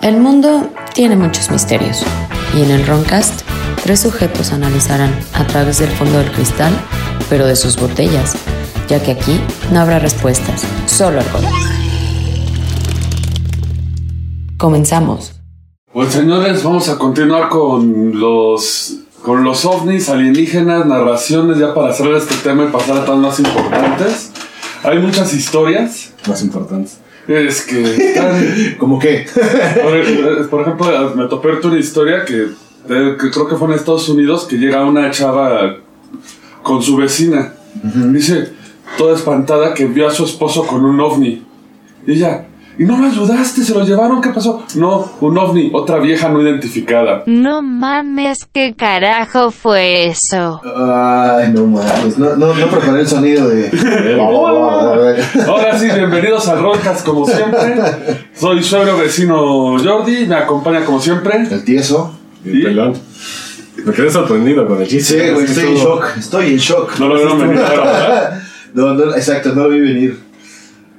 El mundo tiene muchos misterios y en el Roncast tres sujetos analizarán a través del fondo del cristal, pero de sus botellas, ya que aquí no habrá respuestas, solo algo. Comenzamos. Pues señores, vamos a continuar con los con los ovnis, alienígenas, narraciones, ya para cerrar este tema y pasar a temas más importantes. Hay muchas historias. más importantes. Es que están- ¿Cómo qué? por, eh, por ejemplo, me topé ahorita una historia que, eh, que creo que fue en Estados Unidos que llega una chava con su vecina. Dice, toda espantada, que vio a su esposo con un ovni. Y ella, ¿y no me ayudaste? ¿Se lo llevaron? ¿Qué pasó? No, un ovni, otra vieja no identificada. No mames, ¿qué carajo fue eso? Ay, no mames. No, no, no preparé el sonido de. Ahora sí, bienvenidos a Roncas, como siempre. Soy suegro vecino Jordi, me acompaña como siempre. el tieso. ¿Y? El pelón. Me quedé sorprendido con el Sí, chiste. güey, Es que estoy en estuvo- shock. Estoy en shock. No lo vieron venir, ¿verdad? No, no, exacto, no lo vi venir.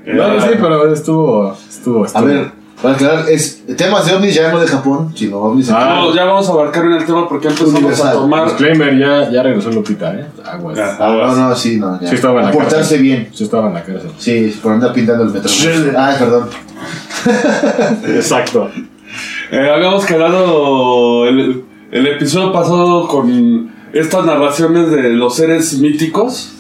No, no, sí, pero estuvo. Estuvo. A estuvo. ver, para aclarar, es temas de ovnis ya no de Japón, sino ovnis. aquí. Ah, No, ya vamos a abarcar en el tema porque empezamos Universal. a tomar. Disclaimer, ya, ya regresó Lupita, ¿eh? Aguas. Ya. Ah, no, no, sí, no. Ya. Sí, estaba en la Portarse cárcel. bien. Yo estaba en la cárcel. Sí, por andar pintando el metro. Sí. Ah, perdón. Exacto. Eh, habíamos quedado el, el episodio pasado con estas narraciones de los seres míticos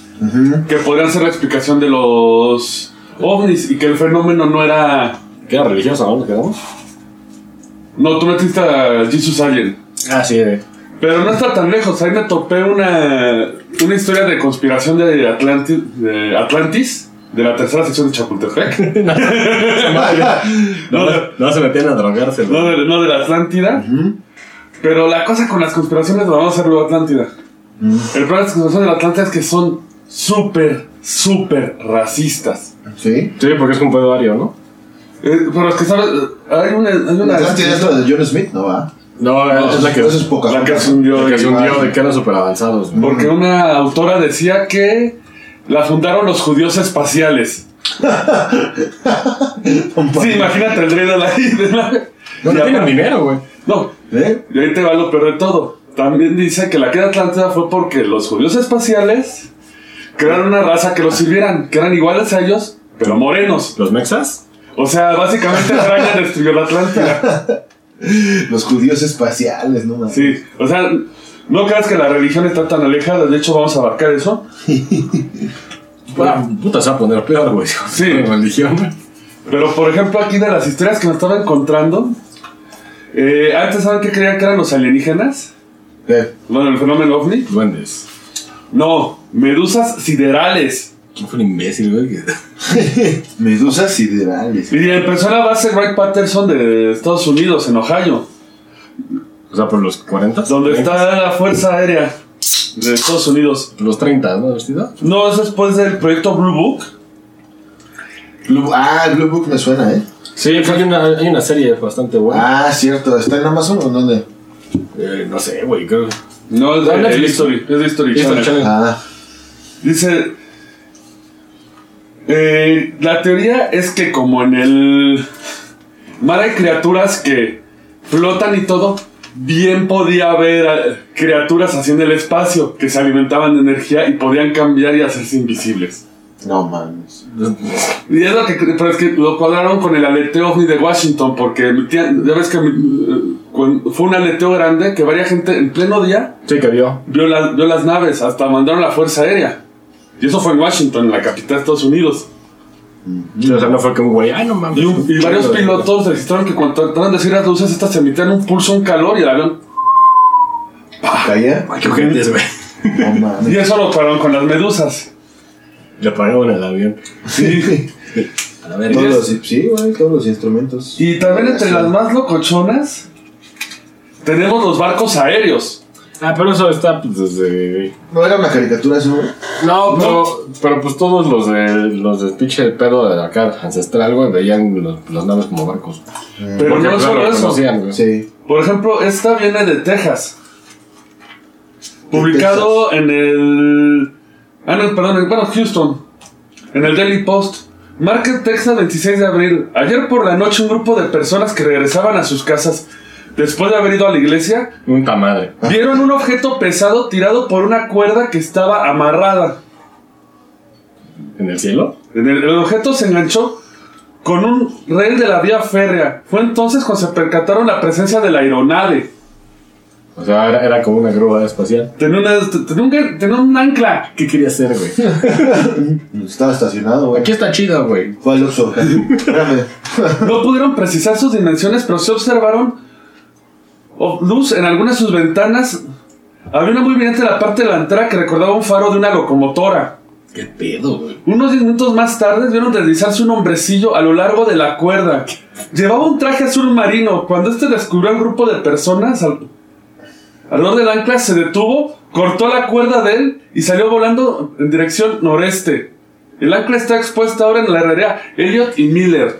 que podrían ser la explicación de los ovnis y que el fenómeno no era. ¿Qué era religiosa? ¿Dónde quedamos? No, tú metiste a Jesus Alien. Ah, sí. eh. Pero no está tan lejos. Ahí me topé una, una historia de conspiración de Atlantis, de Atlantis, de la tercera sección de Chapultepec. No, no se metían a drogarse. no, de, no de la Atlántida. Pero la cosa con las conspiraciones la vamos a hacer luego Atlántida. El problema de las conspiraciones de la Atlántida es que son súper, súper racistas. Sí. Sí, porque es un pedo ario, ¿no? Eh, pero es que, ¿sabes? Hay una... Hay una ¿Estás tirando de John Smith? No, va. No, es la que. Eso es poca. la que se la hundió. que se hundió de que eran súper avanzados. Porque una autora decía que la fundaron los judíos espaciales. Sí, imagínate el rey de la isla. No, Y no tienen aparte- dinero, güey. No, ¿Eh? y ahí te va lo peor de todo. También dice que la queda Atlántida fue porque los judíos espaciales crearon una raza que los sirvieran, que eran iguales a ellos, pero morenos. ¿Los mexas? O sea, básicamente Brian destruyó la Atlántida. Los judíos espaciales, no más. Sí, o sea, no creas que la religión está tan alejada. De hecho, vamos a abarcar eso. Ah, puta, se va a poner peor, güey. Sí. Religión, Pues güey. Pero, por ejemplo, aquí de las historias que me estaba encontrando, eh, antes, ¿saben qué creían que eran los alienígenas? ¿Qué? Bueno, el fenómeno ovni. Duendes. No, medusas siderales. ¿Quién fue el imbécil, güey? que- Medusas siderales. Y empezó la base Wright Patterson de Estados Unidos, en Ohio, O sea, por los 40. donde está la Fuerza Aérea de Estados Unidos. Los 30, ¿no? ¿Vestido? No, es después del proyecto Blue Book. Blue- ah, Blue Book me suena, ¿eh? Sí, hay una, hay una serie bastante buena. Ah, cierto. ¿Está en Amazon o en dónde? Eh, no sé, güey, creo. No, es Ah, de Netflix. History. Es de History Channel. History Channel. Ah, Dice... eh, la teoría es que como en el mar hay criaturas que flotan y todo, bien podía haber eh, criaturas así en el espacio que se alimentaban de energía y podían cambiar y hacerse invisibles. no mames. Y es lo que, pero es que lo cuadraron con el aleteo ovni de Washington, porque mi tía- ya ves que mi- cuando- fue un aleteo grande que varia gente en pleno día Sí, que vio. vio, la- vio las naves, hasta mandaron la Fuerza Aérea. Y eso fue en Washington, en la capital de Estados Unidos. O sea, no fue que un güey. Ay, no mames. Y, un- y varios pilotos registraron que cuando trataron de seguir las luces, estas se emitían un pulso, un calor y el avión. ¿Calla? Ah, Ay, qué ojetes, güey. No Y mames. eso lo pararon con las medusas. Le pagaban el avión. Sí. A la verga. Todos los, sí, güey, todos los instrumentos. Ah, y también entre las más locochonas, tenemos los barcos aéreos. Ah, pero eso está pues, desde. No era una caricatura, eso. güey? No, pero, pero pues todos los de los de pinche pedo de acá ancestral, güey, veían los, las naves como barcos. Pero Porque, no pues, solo lo eso. conocían, güey. Sí. Por ejemplo, esta viene de Texas. Publicado en el. Ah, no, perdón, en bueno, Houston. En el Daily Post. Market, Texas, 26 de abril. Ayer por la noche un grupo de personas que regresaban a sus casas después de haber ido a la iglesia Puta madre. vieron un objeto pesado tirado por una cuerda que estaba amarrada. ¿En el cielo? En El, el objeto se enganchó con un rel de la vía férrea. Fue entonces cuando se percataron la presencia de la aeronave. O sea, era, era como una grúa espacial. Tenía, una- t- tenía un, ga- tenía un ancla. ¿Qué quería hacer, güey? Estaba estacionado, güey. Aquí está chido, güey. Fue al Oxxo. Espérame. No pudieron precisar sus dimensiones, pero se observaron o- luz en algunas de sus ventanas. Había una muy brillante en la parte delantera que recordaba un faro de una locomotora. ¿Qué pedo, güey? Unos 10 minutos más tarde vieron deslizarse un hombrecillo a lo largo de la cuerda. Llevaba un traje azul marino. Cuando este descubrió al grupo de personas al- alrededor del ancla, se detuvo, cortó la cuerda de él y salió volando en dirección noreste. El ancla está expuesta ahora en la herrería Elliot y Miller.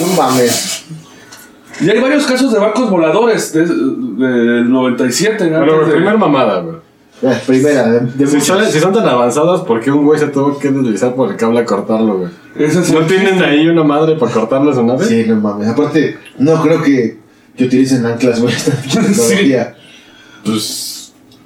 No mames. Y hay varios casos de barcos voladores de- del 97. Pero antes de- primer mamada, güey. Eh, primera, de, de Si son, muchas- si son tan avanzados, ¿por qué un güey se tuvo que deslizar por el cable a cortarlo, güey? Ese es ¿No el- tienen ahí una madre para cortarlo a su nave? Sí, no mames. Aparte, no creo que, que utilicen anclas, güey, esta pinche tecnología. Pues.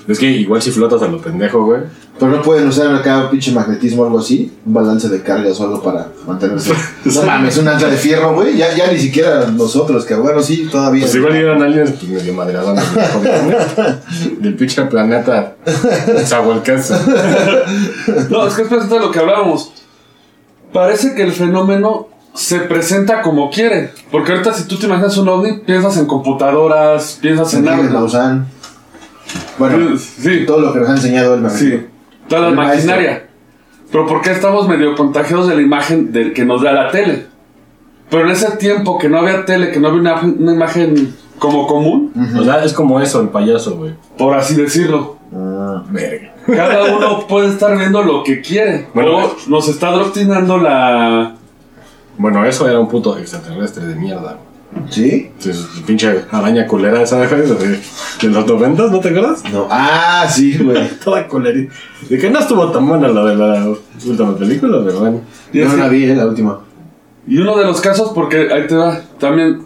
Es que igual si flotas a lo pendejo, güey. Pero no pueden usar acá un pinche magnetismo o algo así. Un balance de carga solo para mantenerse. No mames, un ancla de fierro, güey. Ya, ya ni siquiera nosotros, que bueno, sí, todavía. Pues igual eran aliens pues, medio madreadones, güey, joder, Del pinche planeta Zahualcazo. No, es que es precisamente de lo que hablábamos. Parece que el fenómeno se presenta como quiere. Porque ahorita si tú te imaginas un ovni, piensas en computadoras, piensas en en algo. Lausanne. Bueno, Sí. todo lo que nos ha enseñado el Sí, magnetismo. toda la El maquinaria. Pero ¿por qué estamos medio contagiados de la imagen del que nos da la tele? Pero en ese tiempo que no había tele, que no había una, una imagen como común, O sea, es como eso, el payaso, güey. por así decirlo. Ah, Verga. Cada uno puede estar viendo lo que quiere. Bueno, O nos está adoctrinando la... Bueno, eso era un puto extraterrestre de mierda, güey. ¿Sí? Entonces, pinche araña culera esa, güey. De de los noventas, ¿no te acuerdas? No. Ah, sí, güey. Toda culerita. De que no estuvo tan buena la de la última película, pero bueno. Y Yo no así- la vi, eh, la última. Y uno de los casos, porque ahí te va, también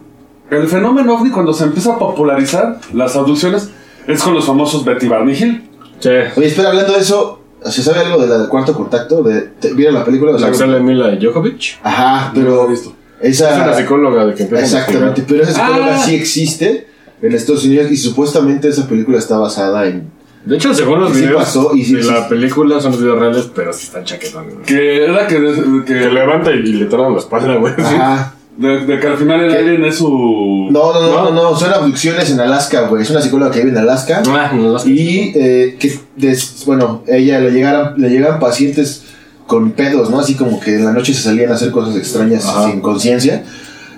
el fenómeno ovni cuando se empieza a popularizar las abducciones es con los famosos Betty Barney Hill. Che, Oye, espera, hablando de eso, ¿se sabe algo de la del cuarto contacto? De, ¿te- ¿Vieron la película? O sea, la que sale Mila Jokovic. Ajá, No pero lo he visto. Es una esa psicóloga de que empieza a Ah, exactamente, investigar. pero esa psicóloga Ah. sí existe en Estados Unidos y supuestamente esa película está basada en De hecho, según los Y sí videos pasó, y sí de la existe. película son los videos reales, pero sí están chaquetones. güey. Que era que, de, Que que, levanta y, y le toman la espalda, güey. ¿Ah, ¿sí? Ajá. de- de que al final el ¿Qué? alien es su... No, no, no, ¿No? no, no, son abducciones en Alaska, güey. Es una psicóloga que vive en Alaska. Ah, no las- Y eh, que, des- bueno, ella le llegaran, le llegan pacientes con pedos, ¿no? Así como que en la noche se salían a hacer cosas extrañas Ajá. sin conciencia.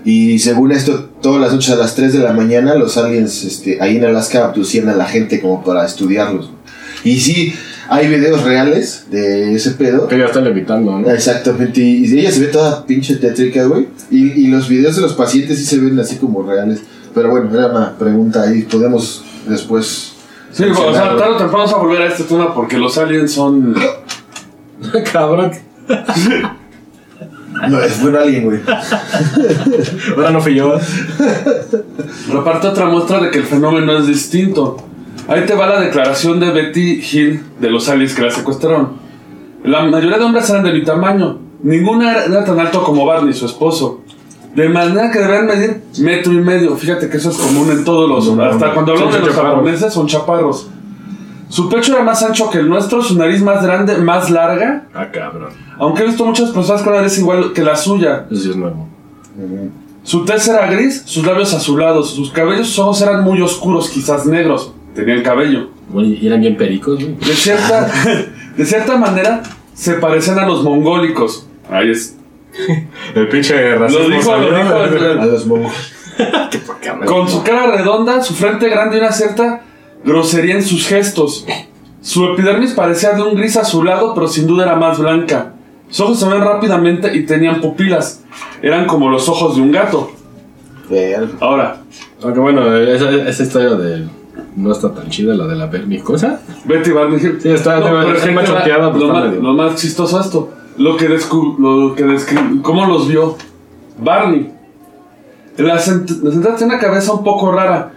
Y según esto, todas las noches a las 3 de la mañana, los aliens este, ahí en Alaska abducían a la gente como para estudiarlos. Y sí, hay videos reales de ese pedo. Que ya está levitando, Eh. ¿no? Exactamente, y y ella se ve toda pinche tétrica, güey. Y, y los videos de los pacientes sí se ven así como reales. Pero bueno, era una pregunta ahí. Podemos después. Sí, o sea, tarde o temprano vamos a volver a este tema porque los aliens son... Cabrón. No, es buen alguien, güey. Ahora no fui yo. Reparte otra muestra de que el fenómeno es distinto. Ahí te va la declaración de Betty Hill de los aliens que la secuestraron. La mayoría de hombres eran de mi tamaño. Ninguna era- era tan alto como Barney, su esposo. De manera que debían medir metro y medio. Fíjate que eso es común en todos los... No, no, hasta no. cuando hablamos Son de los chaparros. japoneses son chaparros. Su pecho era más ancho que el nuestro, su nariz más grande, más larga. Ah, cabrón. Aunque he visto muchas personas con la nariz igual que la suya. Eso sí es nuevo. Su tez era gris, sus labios azulados, sus cabellos, sus ojos eran muy oscuros, quizás negros. Tenía el cabello. Güey, y eran bien pericos, güey. De cierta, de cierta manera, se parecen a los mongólicos. Ahí es. El pinche racismo. Lo dijo, lo salió, dijo, güey. lo- A los mongos. Qué poca madre. Con su cara redonda, su frente grande y una cierta grosería en sus gestos. Su epidermis parecía de un gris azulado, pero sin duda era más blanca. Sus ojos se ven rápidamente y tenían pupilas. Eran como los ojos de un gato. Ver. Ahora, Aunque bueno, esa, esa historia de... No está tan chida la de la vermicosa. Betty Barney Hill. Sí, No, está- está pero más es que choqueada, lo, pero está más, medio. lo más chistoso es esto. lo que, descu- lo que descri- cómo los vio Barney. La, sent- la sentada tenía una cabeza un poco rara,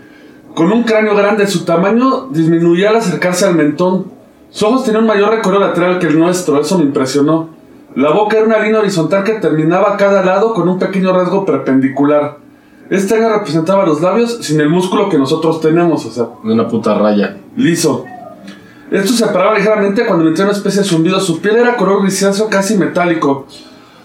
con un cráneo grande. Su tamaño disminuía al acercarse al mentón. Sus ojos tenían un mayor recorrido lateral que el nuestro, eso me impresionó. La boca era una línea horizontal que terminaba a cada lado con un pequeño rasgo perpendicular. Esta área representaba los labios sin el músculo que nosotros tenemos, o sea, De una puta raya. liso. Esto se paraba ligeramente cuando emitía una especie de zumbido. Su piel era color grisáceo casi metálico.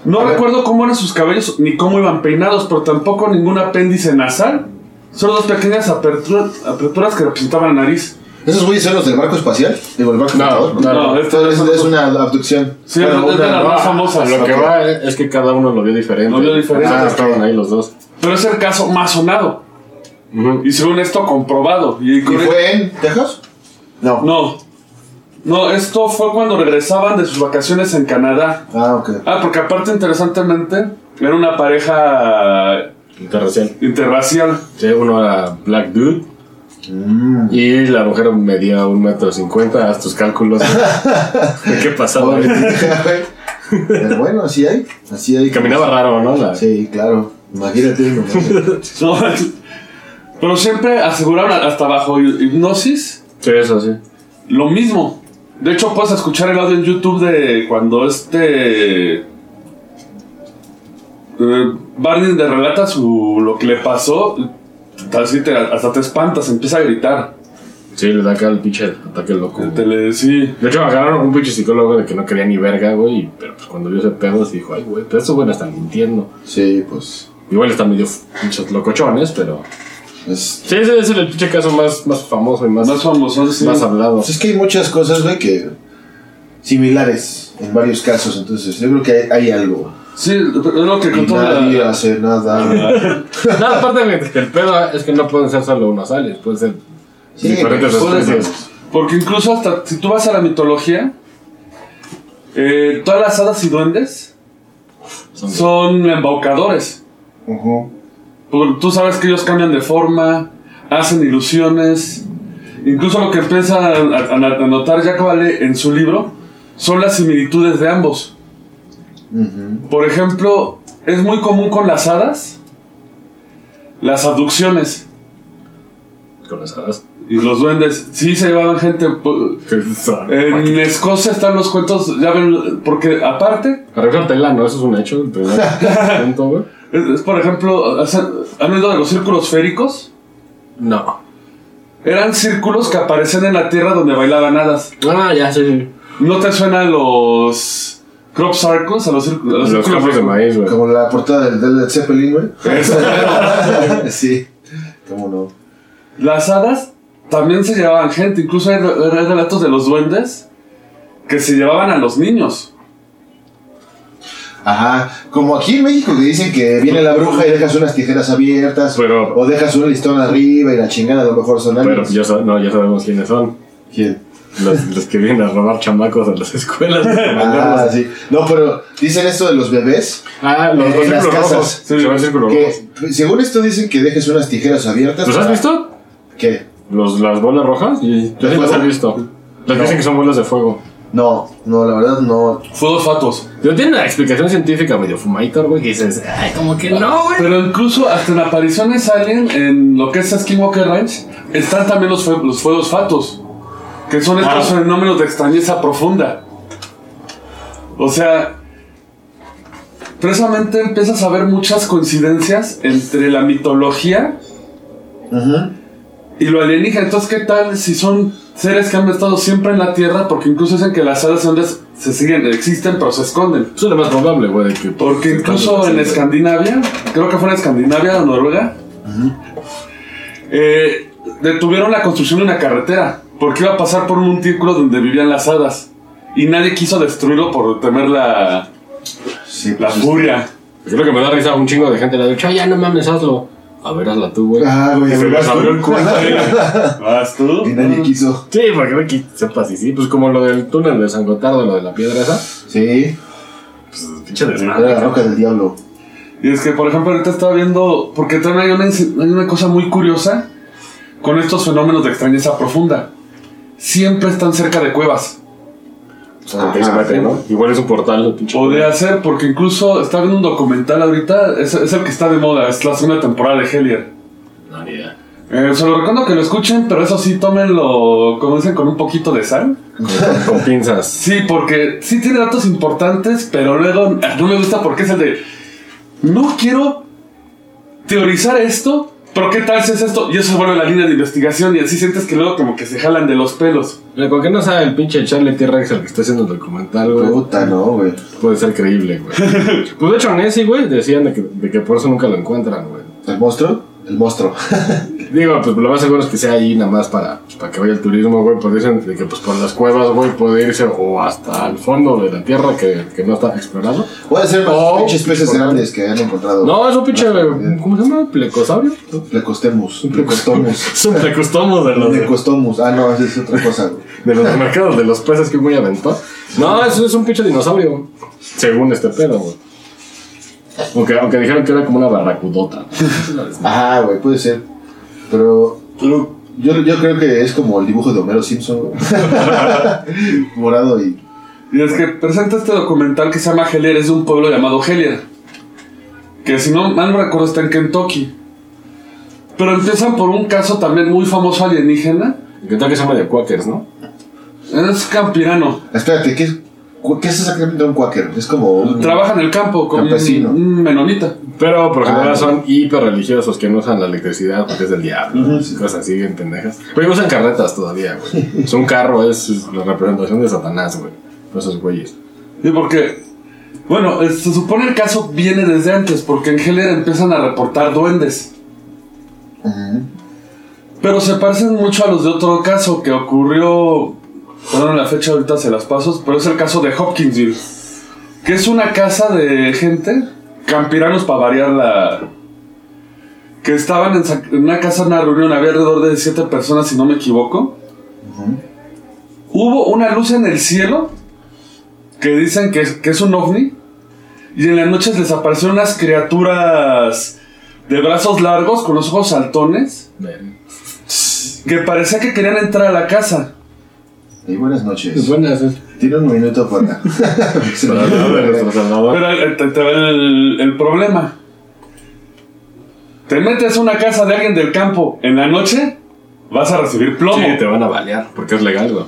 No A ver. recuerdo cómo eran sus cabellos ni cómo iban peinados, pero tampoco ningún apéndice nasal. Solo dos pequeñas apertura- aperturas que representaban la nariz. ¿Esos güeyes son los del barco espacial? Digo, el barco No, flotador, no, no, Esto es, esto es- es una abducción. Sí, es de una- las más famosas. Lo que va es que cada uno lo vio diferente. Lo vio diferente. Ah, Ah, estaban ahí los dos. Pero es el caso más sonado. Ujú. Y según esto, comprobado. Y, ¿Y fue en Texas? No. No. No, esto fue cuando regresaban de sus vacaciones en Canadá. Ah, ok. Ah, porque aparte, interesantemente, era una pareja Interracial. interracial. Sí, uno era black dude. Y la mujer medía un metro cincuenta, haz tus cálculos. ¿De qué pasaba? Pero bueno, así hay. Así hay. Y caminaba raro, ¿no? La- Sí, claro. Imagínate. imagínate. No, pero siempre aseguraron hasta bajo hipnosis Sí, eso sí. lo mismo. De hecho, puedes escuchar el audio en YouTube de cuando este. eh, Barney le relata su, lo que le pasó. Así te- hasta te espantas, empieza a gritar. Sí, le da acá el pinche ataque loco. güey. Te le sí. De hecho, agarraron un pinche psicólogo de que no quería ni verga, güey. y- Pero pues cuando vio ese pedo, se dijo, ay, güey, pero estos güeyes están mintiendo. Sí, pues. Igual están medio f- pinches locochones, pero. Es, Sí, ese es el pinche caso más, más famoso y más, Más famoso, sí. más hablado. pues es que hay muchas cosas, güey, que. similares en varios casos. Entonces, yo creo que hay, hay algo. Sí, es lo que Y contó la- nadie hace nada. No, aparte güey, el pedo es que no pueden ser solo unos aliens, pueden ser Sí, diferentes pues, puede ser. especies. Porque incluso hasta si tú vas a la mitología, eh, todas las hadas y duendes Son- son embaucadores. Ujú. Por- Tú sabes que ellos cambian de forma, hacen ilusiones. Incluso lo que empieza a, a- a notar Jack Vale en su libro son las similitudes de ambos. Por ejemplo, es muy común con las hadas las abducciones Con las hadas. y los duendes. Sí se llevaban gente. pues, pu- Eh, En Escocia están los cuentos, ya ven, porque aparte, Arreglar tela, no, eso es un hecho. El primer punto, güey. es, es, por ejemplo, ¿han han oído de los círculos féricos? No. Eran círculos que aparecían en la tierra donde bailaban hadas. Ah, ya sí. ¿No te suenan los crop circles? A los, círculos- a los Los círculos campos de maíz, güey. Como la portada del Led Zeppelin, güey. sí. ¿Cómo no? Las hadas también se llevaban gente. Incluso hay, re- hay relatos de los duendes que se llevaban a los niños. Ajá, como aquí en México que dicen que viene la bruja y dejas unas tijeras abiertas Pero- o dejas un listón arriba y la chingada a lo mejor son Pero aliens. ya, sa- no, ya sabemos quiénes son. ¿Quién? Los, los que vienen a robar chamacos a las escuelas. Ah, sí. No, pero dicen esto de los bebés, Ah, los, En los las círculos casas. rojos. Sí. Se va el círculo rojo. que según esto dicen que dejes unas tijeras abiertas. ¿Los has para- visto? ¿Qué? Los, las bolas rojas. Y, yo sí las fuego? he visto. Las No. dicen que son bolas de fuego. No, no, la verdad no. Fuegos fatos. Pero tiene una explicación científica medio fumadita, güey, que dices, ay, como que no, güey. Pero incluso hasta en apariciones alien en lo que es Skinwalker Ranch están también los, fue- los fuegos fatos. Que son estos Ah. fenómenos de extrañeza profunda. O sea, precisamente empiezas a ver muchas coincidencias entre la mitología Ujú. Y lo alienígena, entonces, ¿qué tal si son seres que han estado siempre en la Tierra? Porque incluso dicen que las hadas son des- se siguen, existen, pero se esconden. Eso es lo más probable, güey. de que- Porque que incluso están- en Escandinavia, creo que fue en Escandinavia o Noruega, eh, detuvieron la construcción de una carretera porque iba a pasar por un montículo donde vivían las hadas. Y nadie quiso destruirlo por temer la, Sí, la pues, furia. Es lo que me da risa un chingo de gente. Le digo, ya no mames, hazlo. A ver, hazla tú, güey. Ah, güey, Que se ¿verdad les abrió tú? el culo. güey. ¿Vas tú? Y nadie quiso. Sí, para que no qui- sepas si sí. Pues como lo del túnel de San Gotardo, lo de la piedra esa. Sí, Pinche era la roca del diablo. Y es que, por ejemplo, ahorita estaba viendo, porque también hay una, hay una cosa muy curiosa con estos fenómenos de extrañeza profunda. Siempre están cerca de cuevas. 76 Ajá. metros, Ah, ¿no? Igual es un portal, pinche. Podría ser, porque incluso está viendo un documental ahorita, es, es el que está de moda, es la segunda temporada de Hellier. No, ni idea. Eh, se lo recomiendo que lo escuchen, pero eso sí, tómenlo, como dicen, con un poquito de sal. Con- Con pinzas. Sí, porque sí tiene datos importantes, pero luego ah, no me gusta porque es el de. No quiero teorizar esto, pero ¿qué tal si es esto? Y eso se vuelve la línea de investigación y así sientes que luego como que se jalan de los pelos. Mira, Con que no sabe el pinche Charlie T-Rex el que está haciendo el documental, güey. Puta, no, güey. Puede ser creíble, güey. pues de hecho, en ese, güey, decían de que, de que por eso nunca lo encuentran, güey. ¿El monstruo? El monstruo. Digo, pues lo más seguro es que sea ahí nada más para, pues, para que vaya el turismo, güey. Pues dicen de que pues por las cuevas, güey, puede irse o hasta el fondo de la tierra que, que no está explorado. Puede ser más Oh, pinches peces por- grandes que han encontrado. No, es un pinche. ¿Cómo se llama? ¿Plecosaurio? Plecostemus. Plecostomus. Es un plecostomo de los, de Plecostomus. Ah, no, esa es otra cosa, güey. los mercados de los peces que muy aventó. No, eso es un pinche dinosaurio, según este pedo, güey. Aunque, aunque dijeron que era como una barracudota. Ajá, güey, puede ser. Pero. pero yo, yo creo que es como el dibujo de Homero Simpson, güey. Morado y. Y es que presenta este documental que se llama Hellier, es de un pueblo llamado Hellier. Que si no mal no recuerdo está en Kentucky. Pero empiezan por un caso también muy famoso alienígena. Que tal que se llama de Quakers, ¿no? Es campirano. Espérate, ¿qué es, cu- ¿qué es exactamente un quaker? Es como. Un, Trabaja en el campo con Campesino. un menonita. Pero por lo general Ah. son hiper religiosos que no usan la electricidad porque es del diablo. y Cosas así, bien pendejas. Pero usan carretas todavía, güey. Es un carro, es es la representación de Satanás, güey. Esos güeyes. Sí, porque, bueno, eh, se supone el caso viene desde antes, porque en Heller empiezan a reportar duendes. Pero se parecen mucho a los de otro caso que ocurrió, perdón, la fecha ahorita se las paso, pero es el caso de Hopkinsville, que es una casa de gente, campiranos para variar la... que estaban en, sa- en una casa, en una reunión, había alrededor de siete personas, si no me equivoco. Hubo una luz en el cielo que dicen que es, que es un ovni. Y en las noches les aparecen unas criaturas de brazos largos con los ojos saltones que parecía que querían entrar a la casa. Y buenas noches. Buenas, Tiene un minuto para. Se me- Pero el, te- te va el- el problema. Te metes a una casa de alguien del campo en la noche, vas a recibir plomo. Sí, te van a balear porque es legal, güey.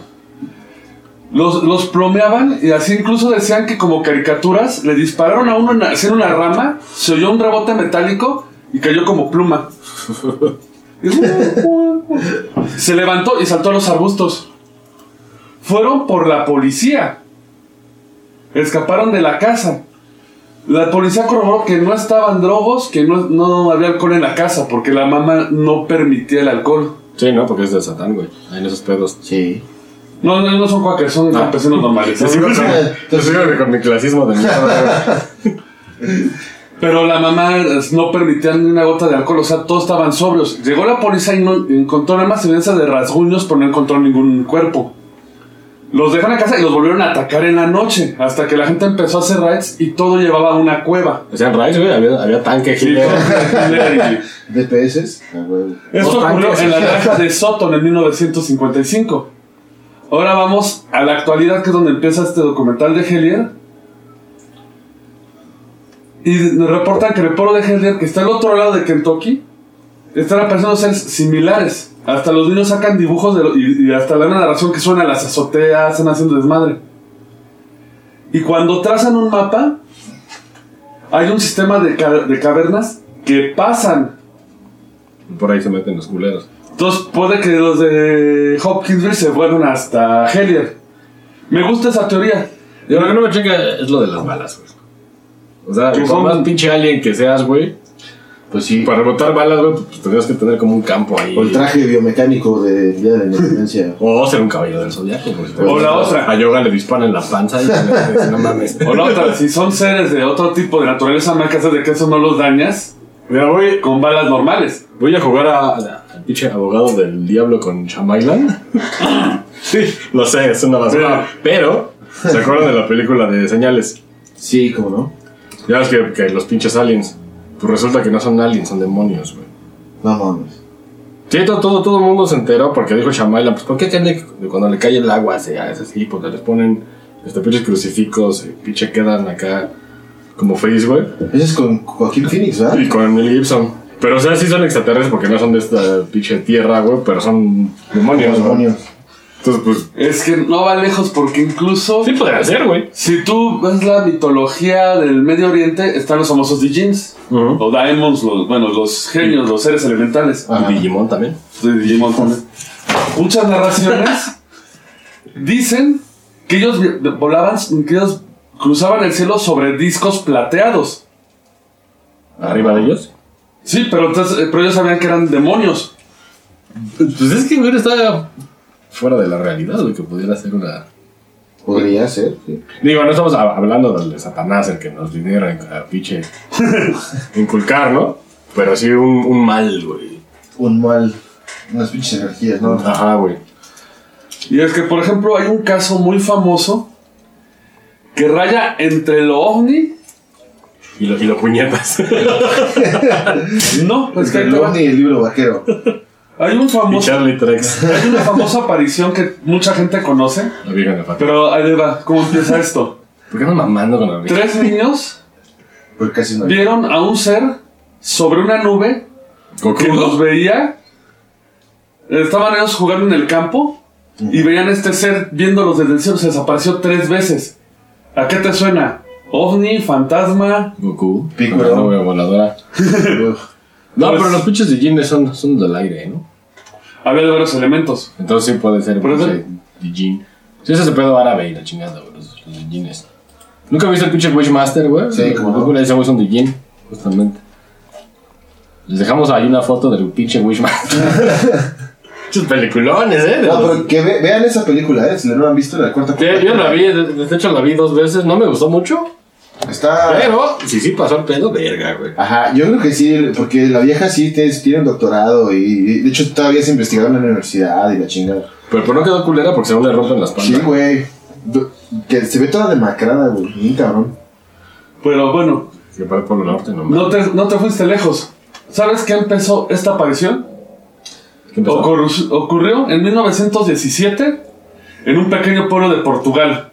Los, los plomeaban y así incluso decían que como caricaturas le dispararon a uno en- así en una rama, se oyó un rebote metálico y cayó como pluma. Y- se levantó y saltó a los arbustos. Fueron por la policía. Escaparon de la casa. La policía corroboró que no estaban drogos, que no, no había alcohol en la casa, porque la mamá no permitía el alcohol. Sí, ¿no? Porque es de Satán, güey. Ahí en esos pedos. Sí. No, no, no son cuáqueros, son Ah. campesinos normales. Yo sigo con- yo sigo con mi clasismo de mierda, güey. Pero la mamá es, no permitía ni una gota de alcohol, o sea, todos estaban sobrios. Llegó la policía y no encontró nada más evidencia de rasguños, pero no encontró ningún cuerpo. Los dejan a casa y los volvieron a atacar en la noche, hasta que la gente empezó a hacer raids y todo llevaba a una cueva. Hacían raids, güey. Había, había tanque, Sí, gileo. DPS. Ah, güey. Esto Los ocurrió tanques. en la granja de Soto en el 1955. Ahora vamos a la actualidad, que es donde empieza este documental de Hellier. Y nos reportan que en el pueblo de Hellier, que está al otro lado de Kentucky, están apareciendo seres similares. Hasta los niños sacan dibujos de lo- y, y hasta la narración que suena a las azoteas, están haciendo desmadre. Y cuando trazan un mapa, hay un sistema de, ca- de cavernas que pasan Por ahí se meten los culeros. entonces puede que los de Hopkinsville se fueron hasta Hellier. Me gusta esa teoría. Y lo que no me chinga es lo de las balas, güey. O sea, Que por son- más pinche alien que seas, güey. Pues sí. Para botar balas, güey, pues tendrías que tener como un campo ahí. O el traje biomecánico de Día de la Independencia. O ser un caballero del zodiaco, güey. O la otra. A yoga le disparan en la panza y no mames. O la otra, si son seres de otro tipo de naturaleza, me hace de que eso no los dañas Mira, voy, con balas normales. voy a jugar a, a- al pinche abogado del diablo con Chamailan. sí, lo sé, es una basura. Pero, ¿se acuerdan de la película de señales? Sí, ¿cómo no? Ya ves que, que los pinches aliens. Pues resulta que no son aliens, son demonios, güey. No mames. Sí, todo, todo, todo el ah, mundo se enteró porque dijo Shamailan, pues ¿por qué creen que cuando pues, le cae el agua se hace así? Porque les ponen Hasta pinches crucifijos, eh, pinche quedan acá como face, güey. Ese es con Joaquín Phoenix, ¿verdad? Y con Mel Gibson. Pero, o sea, sí son extraterrestres porque no son de esta pinche tierra, güey, pero son demonios, ¿no? Demonios. Entonces, pues, Es que no va lejos porque incluso sí podrían ser, güey. si tú ves la mitología del Medio Oriente, están los famosos Dijins Ujú. o Daemons, los, bueno, los genios, los seres elementales. Ajá. Y Digimon también. Sí, Digimon también. Muchas narraciones dicen que ellos vi- volaban, que ellos cruzaban el cielo sobre discos plateados. Arriba de ellos. Sí, pero, entonces, eh, pero ellos sabían que eran demonios. Pues es que, güey, está fuera de la realidad, güey, que pudiera ser una... Podría ser. sí. Digo, no estamos hab- hablando del de Satanás, el que nos viniera a pinche inculcar, ¿no? Pero sí un, un mal, güey. Un mal. Unas pinches energías, ¿no? Ajá, güey. Y es que, por ejemplo, hay un caso muy famoso que raya entre lo ovni. Y lo, y lo puñetas. No, es que ahí el te va. ovni y el libro vaquero. hay un y famoso. Charlie Trex. Hay una famosa aparición que mucha gente conoce, La vieja de Fatima. pero ahí le va, ¿cómo empieza esto? ¿Por qué no mamando con la vieja? Tres niños Porque Pues casi no. vieron a un ser sobre una nube que los Goku. veía. Estaban ellos jugando en el campo y veían a este ser viéndolos desde el cielo. Se desapareció tres veces. ¿A qué te suena? ¿Ovni? ¿Fantasma? Goku. Piccolo. Ah, güey, voladora. Uf. No, Pues- pero los pinches de Jimmy son, son del aire, ¿no? Había de varios elementos. Entonces sí puede ser Por eso- pinche Dijin. Sí, ese es el pedo árabe y la chingada, güey, los, los Dijines. ¿Nunca viste el pinche Wishmaster, güey? Sí, cómo no. Ese güey es un Dijin, justamente. Les dejamos ahí una foto del pinche Wishmaster. Muchos peliculones, ¿eh? De No, los- pero que ve- vean esa película, ¿eh? Si no la han visto, la cuarta Sí, yo la vi, de, de hecho la vi dos veces, no me gustó mucho, Está. pero sí, sí pasó el pedo, verga, güey. Ajá, yo creo que sí, porque la vieja sí te- tiene un doctorado y, y de hecho todavía se investigaba en la universidad y la chingada. Pero, pero no quedó culera porque según le rompen las Sí, pantas. güey. Do- Que se ve toda demacrada, güey. Bien cabrón. Pero bueno, Que para el Polo Norte nomás. no te, no te fuiste lejos. ¿Sabes qué empezó esta aparición? ¿Qué empezó? Ocurru- ocurrió en 1917 en un pequeño pueblo de Portugal.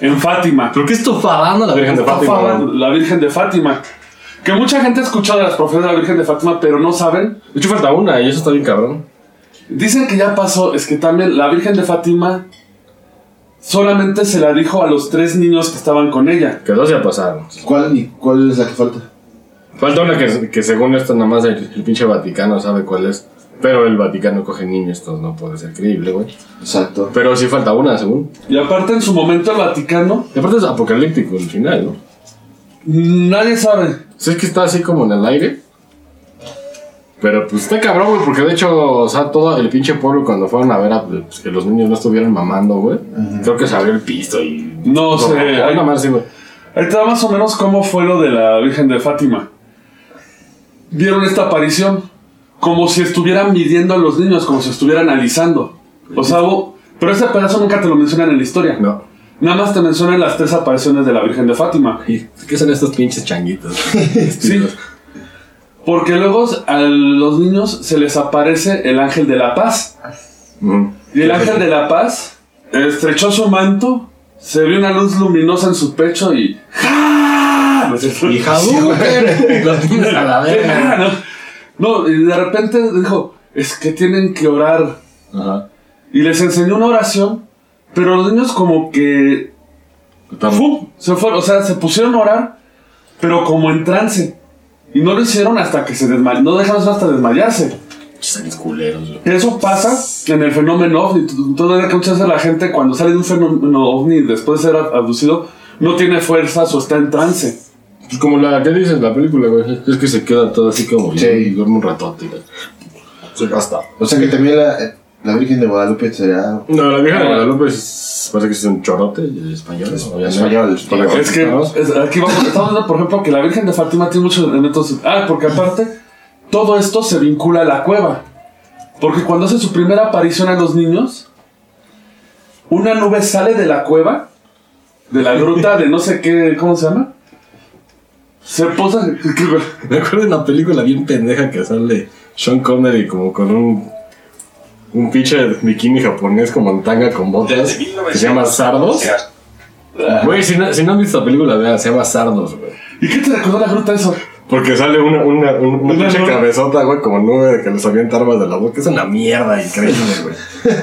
En Fátima. ¿Pero qué estofabando la Virgen de Fátima? Fátima, güey? La Virgen de Fátima. Que mucha gente ha escuchado de las profecías de la Virgen de Fátima, pero no saben. De hecho falta una y eso está bien cabrón. Dicen que ya pasó, es que también la Virgen de Fátima solamente se la dijo a los tres niños que estaban con ella. Que dos ya pasaron. ¿Cuál, y ¿Cuál es la que falta? Falta una que, que según esto nada más el, el pinche Vaticano sabe cuál es. Pero el Vaticano coge niños, esto no puede ser creíble, güey. Exacto. Pero sí falta una, según. Y aparte en su momento el Vaticano, Y aparte es apocalíptico el final, ¿no? nadie sabe. O sea, es que está así como en el aire. Pero pues está cabrón, güey, porque de hecho, o sea, todo el pinche pueblo cuando fueron a ver a, pues, que los niños no estuvieran mamando, güey. Creo que se abrió el pisto y... No sé, hay- Hay una madre, sí, güey. Ahí te da más o menos cómo fue lo de la Virgen de Fátima. Vieron esta aparición como si estuvieran midiendo a los niños, como si estuvieran analizando. O sea, hubo- pero este pedazo nunca te lo mencionan en la historia. No. Nada más te mencionan las tres apariciones de la Virgen de Fátima. ¿Y ¿Qué son estos pinches changuitos? Sí. Porque luego a los niños se les aparece el ángel de la paz. Ujú. Y el ángel de la paz estrechó su manto, se vio una luz luminosa en su pecho y... ¡Ja! Y Hadouken. Los niños a la verga. Ah, no. No, y de repente dijo, es que tienen que orar. Ajá. Y les enseñó una oración, pero los niños como que ¡fu! se fueron, o sea, se pusieron a orar, pero como en trance. Y no lo hicieron hasta que se desmayaron, no dejaron eso hasta desmayarse. Chis culeros, güey. Eso pasa en el fenómeno ovni. T- Todavía que muchas veces la gente cuando sale de un fenómeno ovni después de ser ab- abducido, no tiene fuerzas o está en trance. Pues como la que dices, la película, güey. Es que se queda todo así como. Sí. Y duerme un ratote, güey. Se gasta. O sea que también la, eh, la Virgen de Guadalupe será. No, la vieja de Guadalupe es- parece que es un chorote de español. obviamente. español, Para español. Es que es- aquí vamos, estamos viendo, por ejemplo, que la Virgen de Fátima tiene muchos elementos. Ah, porque aparte, todo esto se vincula a la cueva. Porque cuando hace su primera aparición a los niños, una nube sale de la cueva, de la gruta de no sé qué, ¿cómo se llama? Se posa. Me acuerdo de una película bien pendeja que sale Sean Connery como con un un pinche bikini japonés como en tanga con botas Desde que se llama Sardos. 1900. Güey, si no, si no han visto la película, vean, se llama Sardos, güey. ¿Y qué te recordó la gruta eso? Porque sale una, una, un- una Una pinche nube. cabezota, güey, como nube que les avienta armas de la boca. Es una mierda increíble, güey.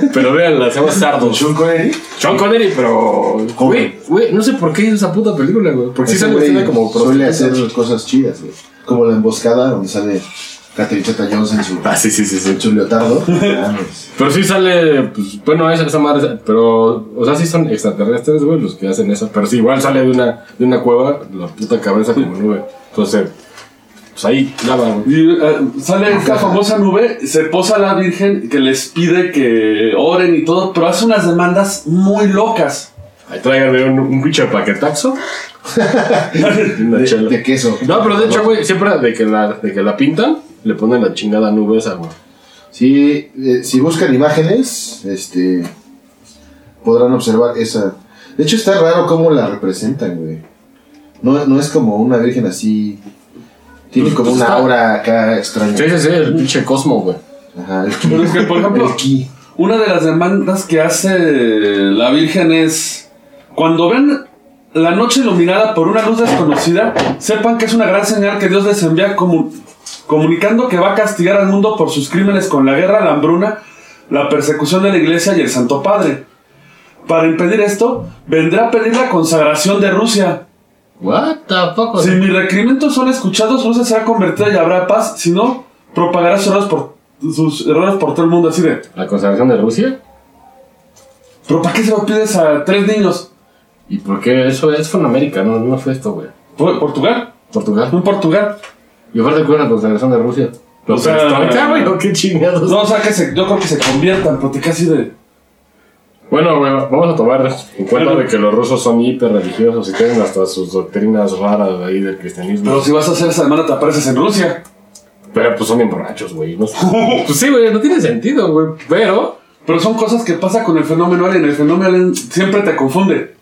Pero véanla, se llama Sardos. Sean Connery. Sean Connery, pero. Güey, güey, no sé por qué hizo esa puta película, güey. Porque sí Ese sale güey vestida como Suele prostituta. hacer cosas chidas, güey. Como la emboscada donde sale Catherine Zeta Jones en su, Ah, sí, sí, sí, sí. en su leotardo. Ah, pues, Pero sí sale, pues, bueno, esa, esa madre, pero, o sea, sí son extraterrestres, güey, los que hacen eso, pero sí, igual sale de una, de una cueva, la puta cabeza como nube. Entonces, pues ahí, nada, güey. Y, eh, sale esta famosa nube, se posa la Virgen que les pide que oren y todo, pero hace unas demandas muy locas. Ahí tráiganme un, un pinche paquetaxo. Una de, chela. de queso. No, pero de hecho, güey, siempre de que, la, de que la pintan, le ponen la chingada nube esa, güey. Sí, eh, si buscan imágenes, este, podrán observar esa. De hecho, está raro cómo la representan, güey. No, no es como una virgen así. Tiene Pues, como pues, una está- aura acá extraña. Sí, sí, sí, el pinche cosmo, güey. Ajá, el ki. Pero es que, por ejemplo, El ki. Una de las demandas que hace la Virgen es, cuando ven la noche iluminada por una luz desconocida, sepan que es una gran señal que Dios les envía comu- comunicando que va a castigar al mundo por sus crímenes con la guerra, la hambruna, la persecución de la iglesia y el Santo Padre. Para impedir esto, vendrá a pedir la consagración de Rusia. What the fuck, Si mis requerimientos son escuchados, Rusia será convertida y habrá paz. Si no, propagará sus errores por, sus errores por todo el mundo. Así de, La consagración de Rusia. ¿Pero para qué se lo pides a tres niños? ¿Y por qué eso es Fonamérica? No, no fue esto, güey. ¿Por- ¿Portugal? Portugal. ¿Un Portugal? Y aparte que una consagración de Rusia. O sea, perestroika, güey, o qué chingados. No, o sea, que se, yo creo que se conviertan, porque casi de... Bueno, güey, vamos a tomar en cuenta de que los rusos son hiper religiosos y tienen hasta sus doctrinas raras ahí del cristianismo. Pero si vas a hacer esa demanda te apareces en Rusia. Pero pues son bien borrachos, güey. no sé. pues sí, güey, no tiene sentido, güey. Pero, Pero son cosas que pasa con el fenómeno alien. El fenómeno alien siempre te confunde.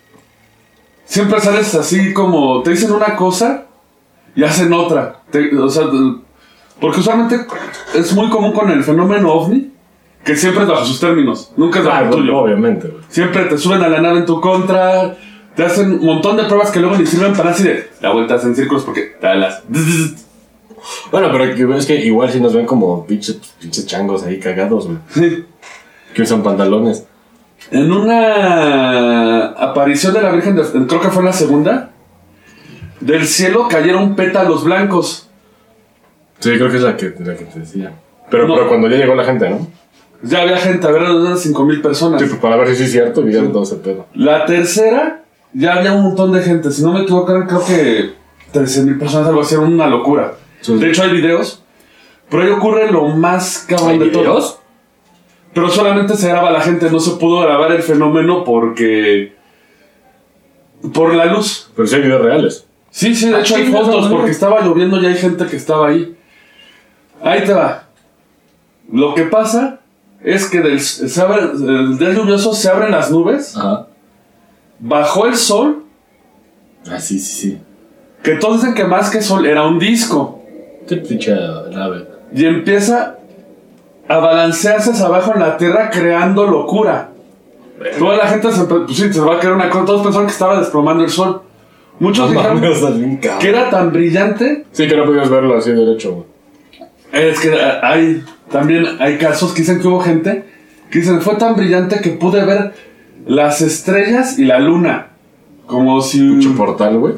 Siempre sales así como... Te dicen una cosa y hacen otra. Te- o sea, te- porque usualmente es muy común con el fenómeno ovni que siempre es bajo sus términos. Nunca es bajo el claro, tuyo. obviamente, güey. Siempre te suben a la nave en tu contra. Te hacen un montón de pruebas que luego ni sirven para así de la vuelta en círculos porque te da las. Bueno, pero que- es que igual si nos ven como pinches, pinches changos ahí cagados, güey. Sí. Que usan pantalones. En una aparición de la Virgen, de- creo que fue la segunda, del cielo cayeron pétalos blancos. Sí, creo que es la que, la que te decía. Pero, No. pero cuando ya llegó la gente, ¿no? Ya había gente, había unas 5.000 personas. Sí, pues para ver si sí es cierto y vieron todo ese pedo. La tercera, ya había un montón de gente. Si no me equivoco, eran, creo que 13.000 personas, algo así, era una locura. Sí. De hecho, hay videos. Pero ahí ocurre lo más cabrón de todo. videos? Pero solamente se graba la gente, no se pudo grabar el fenómeno porque. por la luz. Pero sí hay videos reales. Sí, Ah, sí, de hecho hay fotos porque estaba lloviendo y hay gente que estaba ahí. Ahí te va. Lo que pasa es que del, se abre- del día lluvioso se abren las nubes, Ajá. bajó el sol, Ah, sí, sí, que todos dicen que más que sol era un disco, sí. Te pinche nave. y empieza a balancearse hacia abajo en la tierra creando locura. Toda la gente se, empe- pues sí, se va a creer una cosa. Todos pensaron que estaba desplomando el sol. Muchos dijeron que era tan brillante. Sí, que no podías verlo así derecho, güey. Es que ah, hay también hay casos que dicen que hubo gente que dicen fue tan brillante que pude ver las estrellas y la luna. Como si. Pinche portal, güey.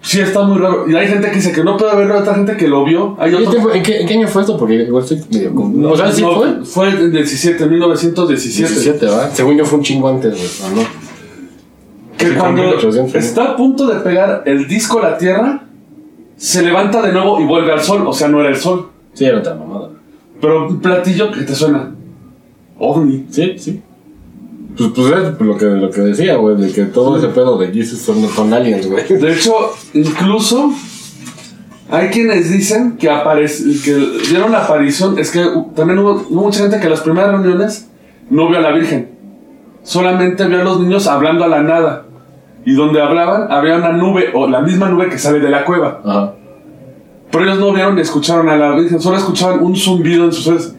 Sí, está muy raro. Y hay gente que dice que no puede verlo, hay otra gente que lo vio. Hay ¿En otro- qué, en qué- en qué año fue esto? Porque igual estoy medio con... O sea, sí no, fue. Fue en 17, 1917. 17, ¿verdad? Según yo fue un chingo antes, güey. ¿o no? Que Sí, cuando 1800, ¿no? está a punto de pegar el disco a la tierra, se levanta de nuevo y vuelve al sol. O sea, no era el sol. Sí, era tan mamada. Pero un platillo que te suena. OVNI. Sí, sí. Pues, pues es lo que, lo que decía, güey, de que todo ese pedo de Jesus son, son aliens, güey. De hecho, incluso hay quienes dicen que, aparec- que vieron la aparición. Es que uh, también hubo, hubo mucha gente que en las primeras reuniones no vio a la Virgen. Solamente vio a los niños hablando a la nada. Y donde hablaban había una nube, o la misma nube que sale de la cueva. Ajá. Pero ellos no vieron ni escucharon a la Virgen, solo escuchaban un zumbido en sus oídos.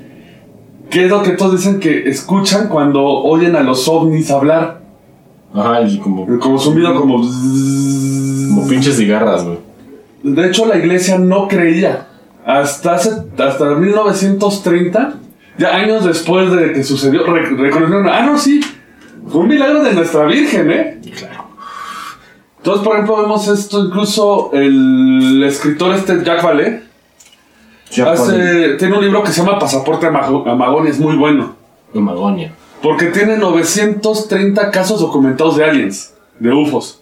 ¿Qué es lo que todos dicen que escuchan cuando oyen a los ovnis hablar? Ajá, y como, Como zumbido, como... como pinches cigarras, güey. De hecho, la iglesia no creía. Hasta, hace, hasta 1930, ya años después de que sucedió, re- reconocieron, ah, no, sí, fue un milagro de nuestra Virgen, ¿eh? Claro. Entonces, por ejemplo, vemos esto, incluso el escritor este, Jack Vale, Ya cuando- tiene un libro que se llama Pasaporte a Mago- a Magón, y es muy bueno, En Magonia. porque tiene 930 casos documentados de aliens, de UFOs.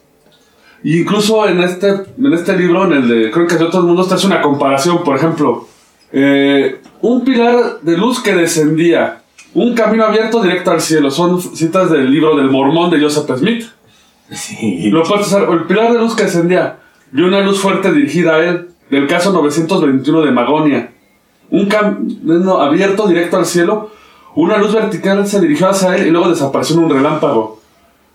Y incluso en este, en este libro, en el de Creo que de otros mundos, te hace una comparación. Por ejemplo, eh, un pilar de luz que descendía, un camino abierto directo al cielo. Son citas del libro del Mormón de Joseph Smith. Sí. Lo puedes usar, el pilar de luz que descendía, y una luz fuerte dirigida a él, del caso 921 de Magonia. Un camino abierto directo al cielo, una luz vertical se dirigió hacia él y luego desapareció en un relámpago.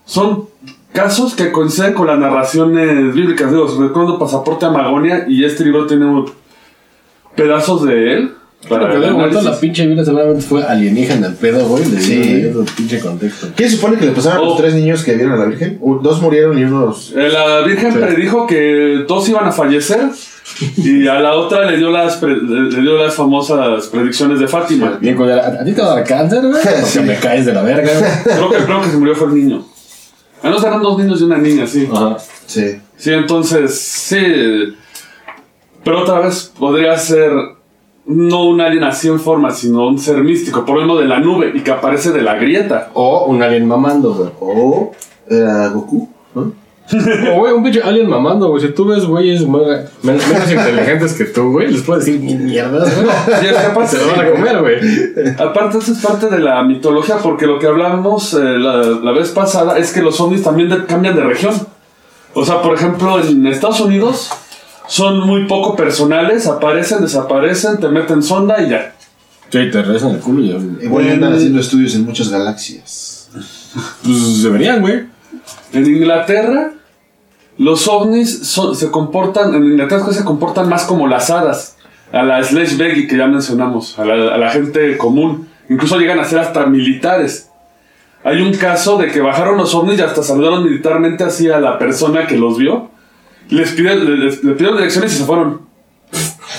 Son casos que coinciden con las narraciones bíblicas. Digo, recuerdo Pasaporte a Magonia y este libro tiene un- pedazos de él. Claro, el pero de momento la análisis. pinche vida seguramente fue alienígena el pedo, güey. Le Sí. dieron ahí otro pinche contexto. ¿Qué se supone que le pasaron a Oh. los tres niños que vieron a la Virgen? U- Dos murieron y uno los... Eh, La Virgen Sí. predijo que dos iban a fallecer y a la otra le dio las, pre- le dio las famosas predicciones de Fátima. Bien, güey, ¿a a ti te va a dar cáncer, güey? Porque Sí. me caes de la verga, güey. Creo que el primero que se murió fue el niño. A no eran dos niños y una niña, sí. Ajá. Sí. Sí, entonces, sí. Pero otra vez podría ser no un alien así en forma, sino un ser místico, por ejemplo, de la nube y que aparece de la grieta. O un alien mamando, güey. O era Goku, ¿no? O, güey, un pinche alien mamando, güey. Si tú ves güeyes más- men- menos inteligentes que tú, güey, les puedes decir mil mierdas, güey. Sí, es que aparte- Se lo van a comer, güey. Aparte, eso es parte de la mitología, porque lo que hablamos eh, la, la vez pasada es que los ovnis también de- cambian de región. O sea, por ejemplo, en Estados Unidos son muy poco personales, aparecen, desaparecen, te meten sonda y ya. Sí, te regresan el culo y ya. Igual andan haciendo estudios en muchas galaxias. Pues deberían, güey. En Inglaterra, los ovnis son- se comportan, en Inglaterra se comportan más como las hadas, a la slash beggy que ya mencionamos, a la, a la gente común. Incluso llegan a ser hasta militares. Hay un caso de que bajaron los ovnis y hasta saludaron militarmente así a la persona que los vio. Les pidieron, le- les- le pidieron direcciones y se fueron.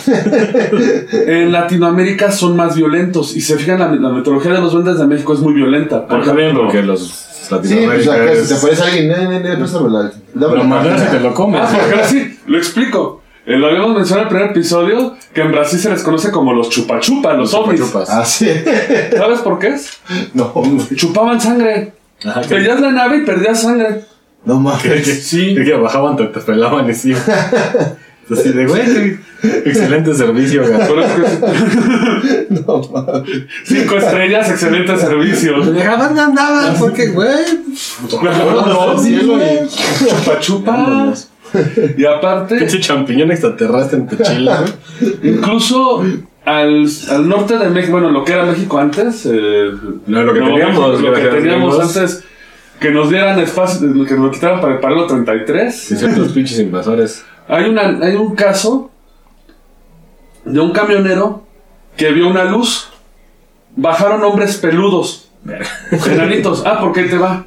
en Latinoamérica son más violentos y se fijan la, la mitología de los duendes de México es muy violenta. Por ejemplo, Porque los Sí, pues latinoamericanos. acá si te aparece alguien, no, no, no, préstamela. Dame Lo la mandas y cámara. te lo comes. Ah, güey. porque ahora sí, lo explico. Eh, lo habíamos mencionado en el primer episodio que en Brasil se les conoce como los chupachupa, los ovnis. Chupas. Ah, sí. ¿Sabes por qué es? No, Chupaban sangre. Ajá, que- Perdías la nave y perdías sangre. no mames. Sí. Es que bajaban, te, te pelaban y sí. Así de, güey, excelente servicio, güey. Pero es que- No mames. cinco estrellas, excelente servicio. Dejaban andaban porque, güey. No, sí, güey. Chupachupa. Vámonos. Y aparte, Pinche champiñón extraterrestre en tu chile, güey. incluso al, al norte de México, bueno, lo que era México antes, eh, No, lo que Nuevo teníamos, México, lo que gracias a teníamos Dios. antes, que nos dieran espacio, que nos lo quitaran para el paralelo 33. Sí, ciertos pinches invasores. Hay, una, hay un caso de un camionero que vio una luz. Bajaron hombres peludos, enanitos. Ah, porque ahí te va.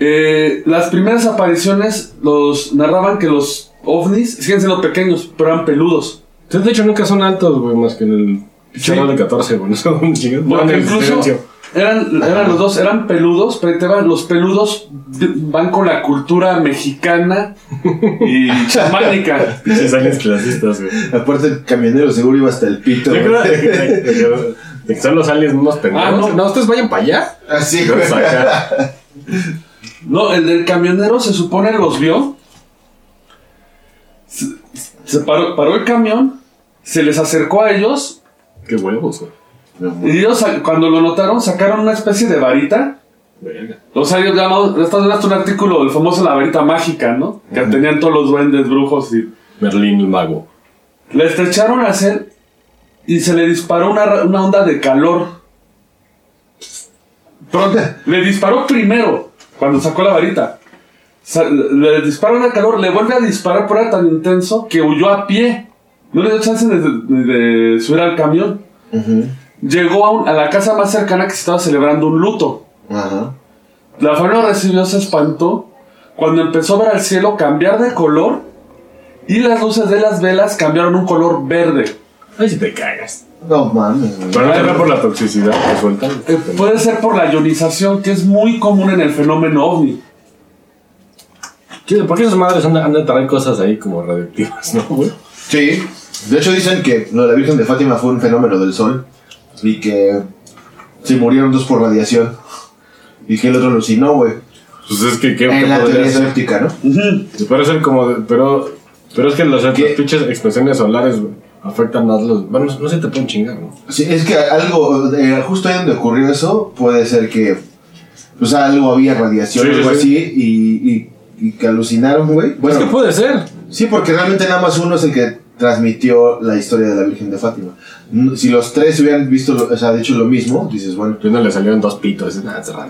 Eh, las primeras apariciones los narraban que los ovnis siguen siendo pequeños, pero eran peludos. Entonces, de hecho, nunca son altos, güey, más que en el Sí. chaval de 14, güey. No son chingados. No, Porque en el incluso silencio. eran, eran los dos, eran peludos, pero ahí te va, los peludos van con la cultura mexicana y chamánica. Pinches aliens clasistas, güey. Aparte, el camionero seguro iba hasta el pito. Yo güey. creo de que, de que- de que son los aliens más pendejos. Ah, no. ustedes vayan para allá. Así, güey. Nosotros acá. No, el del camionero se supone los vio. Se, se paró, paró el camión, se les acercó a ellos Qué huevos, güey. y ellos sa- cuando lo notaron sacaron una especie de varita. Verga. O sea, yo llamado, estás viendo hasta un artículo, el famoso La varita mágica, ¿no? Que tenían todos los duendes, brujos y... Merlín el mago. Le estrecharon a hacer y se le disparó una, ra- una onda de calor. Pero le disparó primero cuando sacó la varita. Sa- le disparó una calor, le vuelve a disparar por era tan intenso que huyó a pie. No le dio chance de, de- de subir al camión. llegó a, un- a la casa más cercana que se estaba celebrando un luto. Ajá. La familia lo recibió, se espantó cuando empezó a ver al cielo cambiar de color y las luces de las velas cambiaron un color verde. Ay, si te cagas. No mames, güey. Pero no te va por la toxicidad que sueltan. Eh, puede ser por la ionización, que es muy común en el fenómeno ovni. pues, Chido, ¿Por qué esas madres andan, andan a traer cosas ahí como radioactivas, no, güey? Sí. De hecho dicen que lo de la Virgen de Fátima fue un fenómeno del sol y que se murieron dos por radiación y que el otro alucinó, güey. Pues es que, ¿qué, qué En Eh, la podría teoría ser? escéptica, ¿no? Puede ser como. de- pero, pero es que los, las ¿Qué? pinches expresiones solares güey, afectan más los. Bueno, no se te pueden chingar, ¿no? Sí, es que algo, eh, justo ahí donde ocurrió eso, puede ser que, o sea, algo había radiación Sí, o algo sí. así y, y, y que alucinaron, güey. Bueno, es que puede ser. sí, porque realmente nada más uno es el que transmitió la historia de la Virgen de Fátima. Mm, Si los tres hubieran visto, lo- o sea, dicho lo mismo, dices, bueno, Y uno le salieron dos pitos. y Nada, es raro.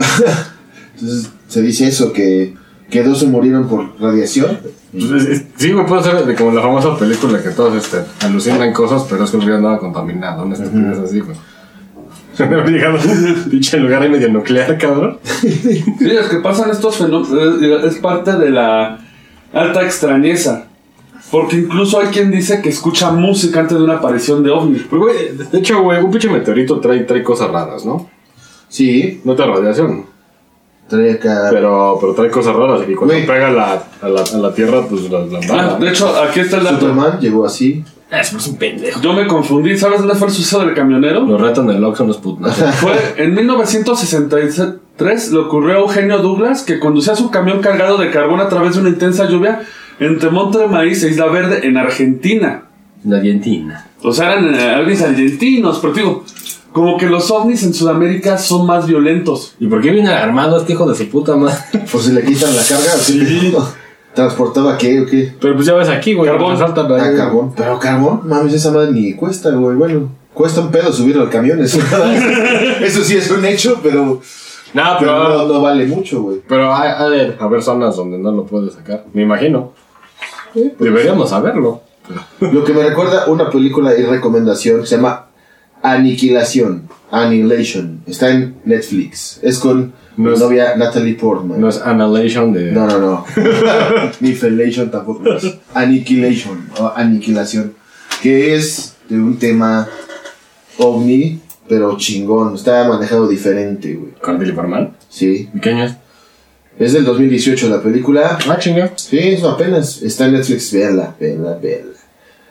entonces se dice eso, que, que dos se murieron por radiación. Pues es- es- sí, güey, puede ser de como la famosa película que todos este, alucinan cosas, pero es que el río andaba contaminado. Una estupidez así, güey. Hemos llegado a pinche lugar ahí medio nuclear, cabrón. Sí, es que pasan estos fenómenos, eh, es parte de la alta extrañeza. Porque incluso hay quien dice que escucha música antes de una aparición de ovni. Pues, güey, de hecho, güey, un pinche meteorito trae, trae cosas raras, ¿no? Sí, No te radiación, trae acá... pero, pero trae cosas raras. Y cuando Güey. pega la, a, la, a la tierra, pues la, la Ah, embala. de hecho, aquí está el dato. Superman llegó así. Ah, eso es un pendejo. Yo me confundí. ¿Sabes dónde fue el suceso del camionero? Los retos del Oxxo no es puto. Fue en 1963 le ocurrió a Eugenio Douglas que conducía su camión cargado de carbón a través de una intensa lluvia entre Monte de Maíz e Isla Verde en Argentina. La dientina. O sea, eran eh, ovnis argentinos, pero digo, como que los ovnis en Sudamérica son más violentos. ¿Y por qué viene armado este hijo de su puta madre? Pues si le quitan la carga, sí. ¿Transportaba qué o qué? Pero pues ya ves aquí, güey. Carbón. me saltan ahí. Ah, carbón. Pero carbón, mames, esa madre ni cuesta, güey. Bueno, cuesta un pedo subirlo al camión. Eso, eso sí es un hecho, pero, No, Ah, pero pero... no, no vale mucho, güey. Pero hay, ha de haber zonas donde no lo puedes sacar, me imagino. Deberíamos saberlo. Lo que me recuerda una película y recomendación que se llama Aniquilación. Annihilation. Está en Netflix. Es con No mi es- novia Natalie Portman. No es Annihilation de... No, no, no. Ni Felation tampoco. es. Aniquilation o aniquilación. Que es de un tema ovni, pero chingón. Está manejado diferente, güey. ¿Con Billy Forman? Sí. ¿Y qué año es? Es del 2018 la película. Ah, chinga. Sí, eso apenas. Está en Netflix. Véanla, véanla, véanla.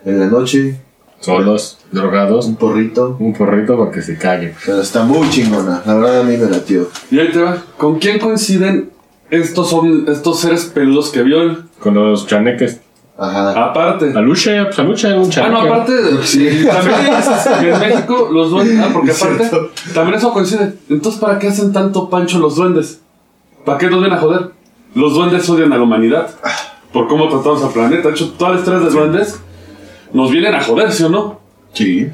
En la noche, Solos, drogados, un porrito. un porrito para que se cague. Pero está muy chingona. La verdad a mí me latió. Y ahí te va. ¿Con quién coinciden estos, ovni- estos seres peludos que vio él? Con los chaneques. Ah. Ajá. Aparte. Aluche, pues Aluche era un Ah, chaneque. no, aparte, y también en México los duendes, ah, porque aparte, también eso coincide. Entonces, ¿para qué hacen tanto pancho los duendes? ¿Para qué nos ven a joder? Los duendes odian a la humanidad por cómo tratamos al planeta. De hecho, todas las tres de duendes nos vienen a joder, ¿sí o no? Sí.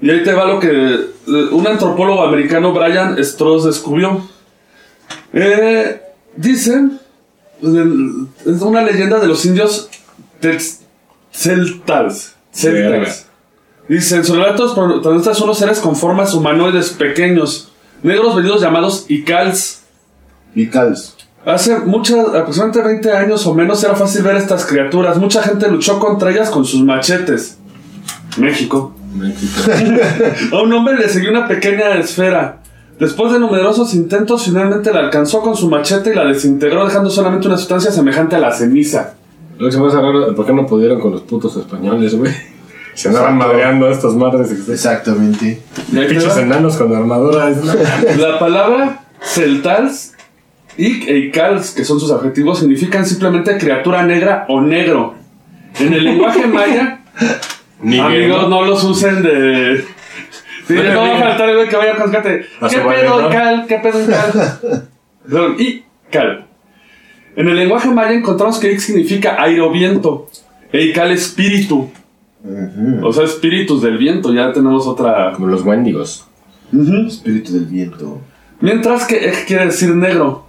Y ahí te va lo que eh, un antropólogo americano, Brian Strauss, descubrió. Eh, dicen, eh, es una leyenda de los indios tex- celtas. Verga. celtas. Dicen, sus relatos protagonistas son los seres con formas humanoides pequeños, negros venidos llamados icals. Y Cals. Hace muchas, aproximadamente 20 años o menos era fácil ver estas criaturas. Mucha gente luchó contra ellas con sus machetes. México. A un hombre le siguió una pequeña esfera. Después de numerosos intentos, finalmente la alcanzó con su machete y la desintegró, dejando solamente una sustancia semejante a la ceniza. Lo que se me hace raro es por qué no pudieron con los putos españoles, güey. Se andaban madreando a estas madres. Exactamente. Y ahí te Pinches va. enanos con armaduras. ¿no? La palabra celtals y eicals, que son sus adjetivos, significan simplemente criatura negra o negro. En el lenguaje maya, Ni amigos, bien, no los usen de. Sí, No le no va a digan. faltar el güey que vaya a cascate. A ¿Qué su pedo, valedor. Ical? ¿Qué pedo, Ical? Perdón, Ical. En el lenguaje maya encontramos que Ik significa aire o viento. E Ical espíritu. O sea, espíritus del viento. Ya tenemos otra. Como los wendigos. Espíritu del viento. Mientras que Ek quiere decir negro.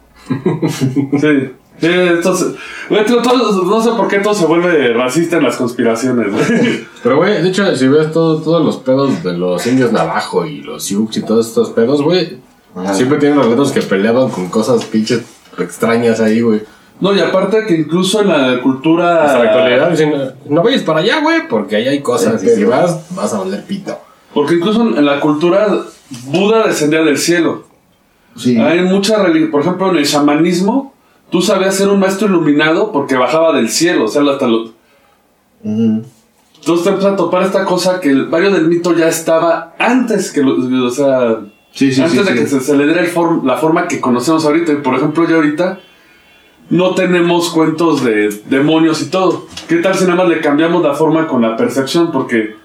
sí. Sí, entonces, güey, todo- todo- no sé por qué todo se vuelve racista en las conspiraciones, güey. Pero, güey, de hecho, si ves todo- todos los pedos de los indios navajo y los sioux y todos estos pedos, güey, Ajá. siempre tienen relatos que peleaban con cosas pinches extrañas ahí, güey. No, y aparte que incluso en la cultura. Hasta la actualidad dicen, no vayas para allá, güey, porque ahí hay cosas. Sí, y si pero- vas, vas a oler pito. Porque incluso en la cultura, Buda descendía del cielo. Sí. Hay mucha religión. Por ejemplo, en el chamanismo, tú sabías ser un maestro iluminado porque bajaba del cielo. O sea, hasta lo. Ujú. Entonces te empiezas a topar esta cosa que el barrio del mito ya estaba antes que. lo- o sea. Sí, sí, antes sí, de sí. que se, se le diera el form- la forma que conocemos ahorita. Y por ejemplo, ya ahorita. No tenemos cuentos de demonios y todo. ¿Qué tal si nada más le cambiamos la forma con la percepción? Porque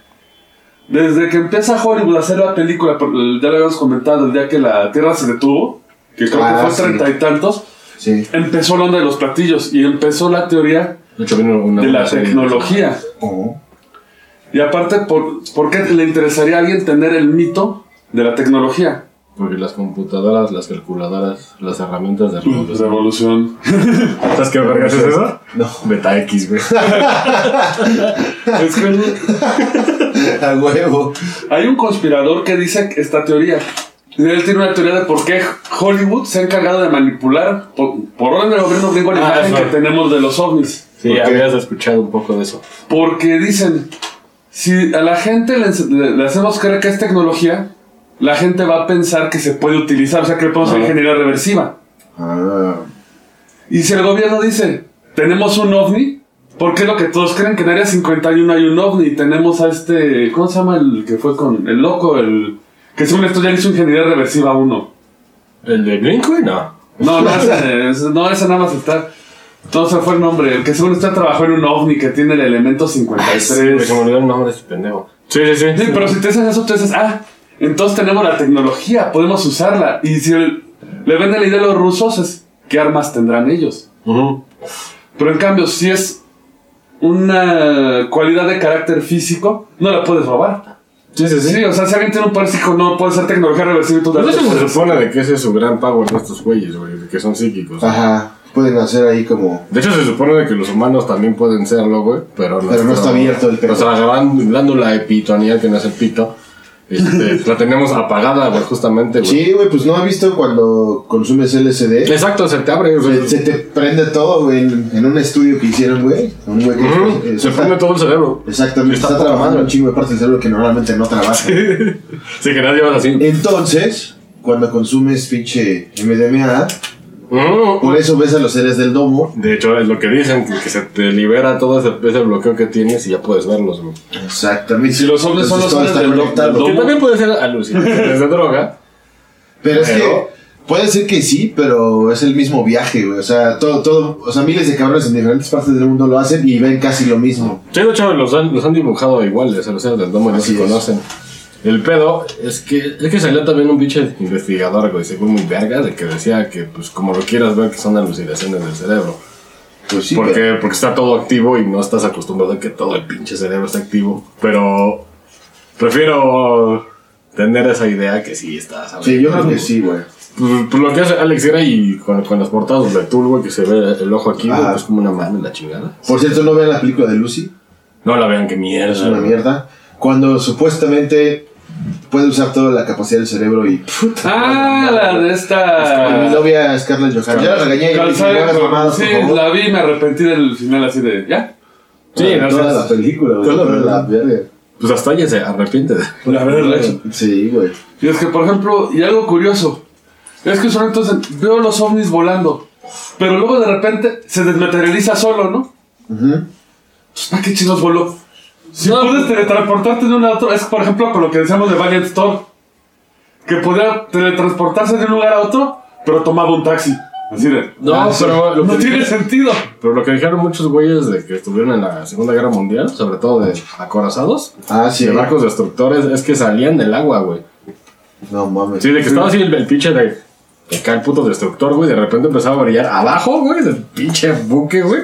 desde que empieza Hollywood a hacer la película, por- ya lo habíamos comentado, el día que la Tierra se detuvo, que creo Ah, que fue sí. treinta y tantos, Sí. empezó la onda de los platillos y empezó la teoría De hecho, vino una. de la Ah, una serie tecnología. Ujú. Y aparte, ¿por, por qué le interesaría a alguien tener el mito de la tecnología? Porque las computadoras, las calculadoras, las herramientas de Pues revolución. revolución. ¿Sabes qué vergas es eso? No. Beta X, güey. Es que A huevo. hay un conspirador que dice esta teoría. Y Él tiene una teoría de por qué Hollywood se ha encargado de manipular por, por orden del gobierno gringo la Ah, imagen eso. que tenemos de los ovnis. Sí, ¿Por qué? habías escuchado un poco de eso. Porque dicen, si a la gente le, le- le hacemos creer que es tecnología, la gente va a pensar que se puede utilizar, o sea, que le podemos hacer Ajá. ingeniería reversiva. Ah. Y si el gobierno dice, tenemos un ovni, porque es lo que todos creen que en Área 51 hay un ovni, y tenemos a este, ¿cómo se llama el que fue con el loco? El que según esto ya le hizo ingeniería reversiva a uno. ¿El de Blink, güey? No. No, no, ese, ese- no, ese nada más está. No se fue el nombre, el que según esto trabajó en un ovni que tiene el elemento Güey, 53. Se me olvidó el nombre de este pendejo. Sí, sí, sí. Sí, pero si te haces eso, tú dices, ah, entonces tenemos la tecnología, podemos usarla. Y si el- le venden la idea a los rusos, es qué armas tendrán ellos. Ujú. Pero en cambio, si es una cualidad de carácter físico, no la puedes robar. Sí, sí, sí. Sí, o sea, si alguien tiene un poder psíquico, no puede ser tecnología reversible. tú Pero la- Pues eso se supone de que ese es su gran power de estos güeyes, güey, de que son psíquicos. Ajá. Pueden hacer ahí como. De hecho, se supone de que los humanos también pueden serlo, güey, pero no, Pero no está abierto el pelo. O sea, la gran glándula epitonial, que no es el pito, este, la tenemos apagada, güey, justamente, güey. Sí, güey, pues no ha visto cuando consumes LSD. Exacto, se te abre, güey. Se, se te prende todo, güey, en, en un estudio que hicieron, güey. Un güey que- Ujú, eh, Se está- prende todo el cerebro. Exactamente, Está está, poca trabajando madre. un chingo de partes del cerebro que normalmente no trabaja. Sí, que nadie va así. Entonces, cuando consumes pinche MDMA, Ujú. por eso ves a los seres del domo. De hecho, es lo que dicen, que que se te libera todo ese, ese bloqueo que tienes y ya puedes verlos, güey. Exactamente. Si los hombres son los Entonces, seres todo está del do- conectado. del domo. Que también puede ser alucinaciones de droga. Pero es Pero- que puede ser que sí, pero es el mismo viaje, güey. O sea, todo, todo, o sea, miles de cabrones en diferentes partes del mundo lo hacen y ven casi lo mismo. Sí, de hecho, los han, los han dibujado iguales, a los seres del domo y no Así se es. conocen. El pedo es que, es que salió también un pinche investigador, güey, se fue muy verga, de que decía que, pues, como lo quieras ver, que son alucinaciones del cerebro. Pues sí, porque, pero- porque está todo activo y no estás acostumbrado a que todo el pinche cerebro esté activo. Pero prefiero tener esa idea que sí estás. Sí, yo creo que sí, güey. Pues, pues lo que hace Alex era y con, con las portadas de Tool, güey, que se ve el ojo aquí, güey, Ajá. que es como una mano en la chingada. Por cierto, ¿no vean la película de Lucy? No la vean, que mierda. es Ah. una güey. mierda. Cuando supuestamente puede usar toda la capacidad del cerebro y Ah, la de mi esta. novia Scarlett Johansson. Ya la regañé y le dije, Calzada- "No hagas mamadas, Sí, por favor". la vi y me arrepentí del final así de, ¿ya? Sí, Toda no toda seas- la película, güey. Toda la Toda la verga. Pues hasta ella se arrepiente de Por haberla hecho. Sí, güey. Y es que, por ejemplo, y algo curioso, es que usualmente entonces veo los ovnis volando, pero luego de repente se desmaterializa solo, ¿no? Ujú. Pues, ¿para qué chingos voló? Si puedes teletransportarte de un lado a otro, es por ejemplo con lo que decíamos de Valiant Store, que podía teletransportarse de un lugar a otro, pero tomaba un taxi. Así de. "Ah, No, pero lo No que tiene sentido. Pero lo que dijeron muchos güeyes de que estuvieron en la Segunda Guerra Mundial, sobre todo de acorazados, Ah, sí. de barcos destructores, es que salían del agua, güey. No mames. Sí, de que estaba así el, el pinche de. de acá el puto destructor, güey, de repente empezaba a brillar abajo, güey, del pinche buque, güey.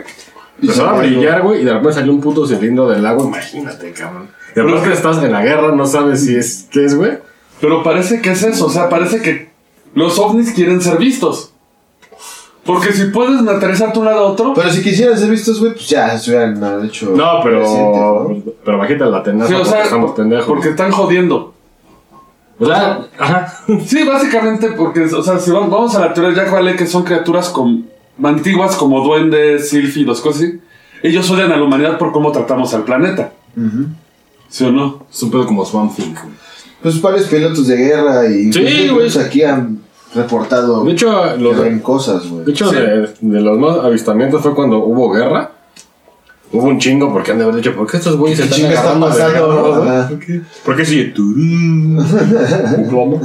Empezaba a salió. brillar, güey, y de repente salió un puto cilindro del agua, imagínate, cabrón. De repente estás en la guerra, no sabes si es, qué es, güey. Pero parece que es eso, o sea, parece que los ovnis quieren ser vistos. Porque si puedes atravesarte un lado a otro, Pero si quisieran ser vistos, güey, pues ya se hubieran ah, hecho. No, presentes, ¿no? pero. Pero bajita la tenaza sí, o porque sea, estamos pendejos. porque están jodiendo. O sea, ajá. Sí, básicamente porque, o sea, si vamos, vamos a la teoría de Jack Vale, que son criaturas con, antiguas como duendes, silfidos, cosas así, ellos odian a la humanidad por cómo tratamos al planeta. ¿Sí o no? Es un pedo como Swamp Thing. Pues varios pilotos de guerra y. Sí, inclusive, güey. pues, aquí han reportado. De hecho, que los, ven cosas, De güey. hecho, de, de los más avistamientos fue cuando hubo guerra. Hubo un chingo porque han de haber dicho, ¿por qué estos güeyes se están ¿Qué chinga está agarrando a vergazos, pasando? güey? Ajá. Ah. ¿Por qué sigue? turún? Un plomo.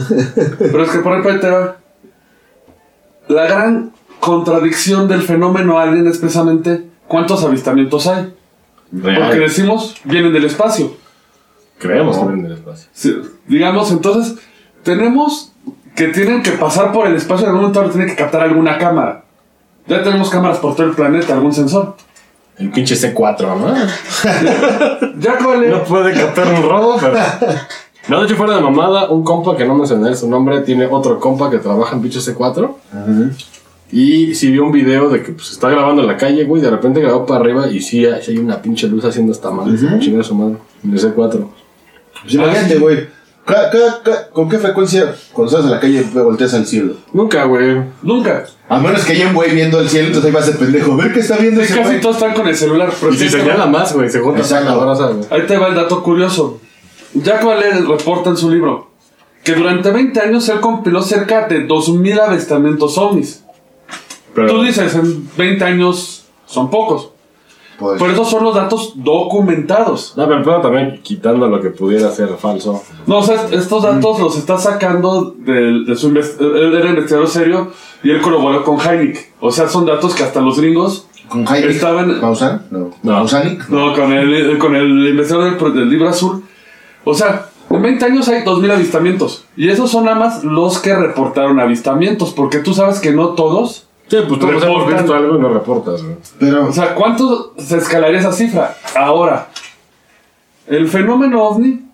Pero es que por ejemplo ahí te va. La gran contradicción del fenómeno alien es precisamente cuántos avistamientos hay. Porque Real. decimos, vienen del espacio. Creemos que vienen del espacio. Sí, digamos, entonces, tenemos que tienen que pasar por el espacio en algún momento, tienen que captar alguna cámara. Ya tenemos cámaras por todo el planeta, algún sensor. El pinche C4, ¿no? Ya vale. No puede captar un robo, pero. No, de hecho, fuera de mamada, un compa que no mencioné su nombre tiene otro compa que trabaja en pinche C4. Y sí vio un video de que pues, está grabando en la calle, güey. De repente grabó para arriba y sí, hay sí hay una pinche luz haciendo esta madre. Chinga su madre. En el C4. Pues Ah, imagínate, güey. Ca- ca- ca- ¿Con qué frecuencia cuando sales a la calle volteas al cielo? Nunca, güey. Nunca. A menos que haya un güey viendo el cielo, entonces ahí va a ser pendejo. A ver qué está viendo Es ese casi güey. todos están con el celular. pero Y Pues si sí, se te señala va- más, güey, se junta Exacto. la raza, güey. Ahí te va el dato curioso. Jack Vale reporta en su libro que durante 20 años él compiló cerca de 2.000 avistamientos ovnis. Tú Pero, dices, en 20 años son pocos. Pues, Pero esos son los datos documentados. no, pero, pero también quitando lo que pudiera ser falso. No, o sea, estos datos los está sacando del- de, su inves- él era investigador serio y él colaboró con Heineck. O sea, son datos que hasta los gringos ¿Con Jaime? Estaban- ¿Mausan? No. No. ¿Mausanic? No, con el, con el investigador del, pro- del libro azul. O sea, en 20 años hay 2.000 avistamientos. Y esos son nada más los que reportaron avistamientos. Porque tú sabes que no todos. Sí, pues tú Reportan. hemos visto algo y no reportas, güey. Pero, O sea, ¿cuánto se escalaría esa cifra? Ahora, el fenómeno ovni,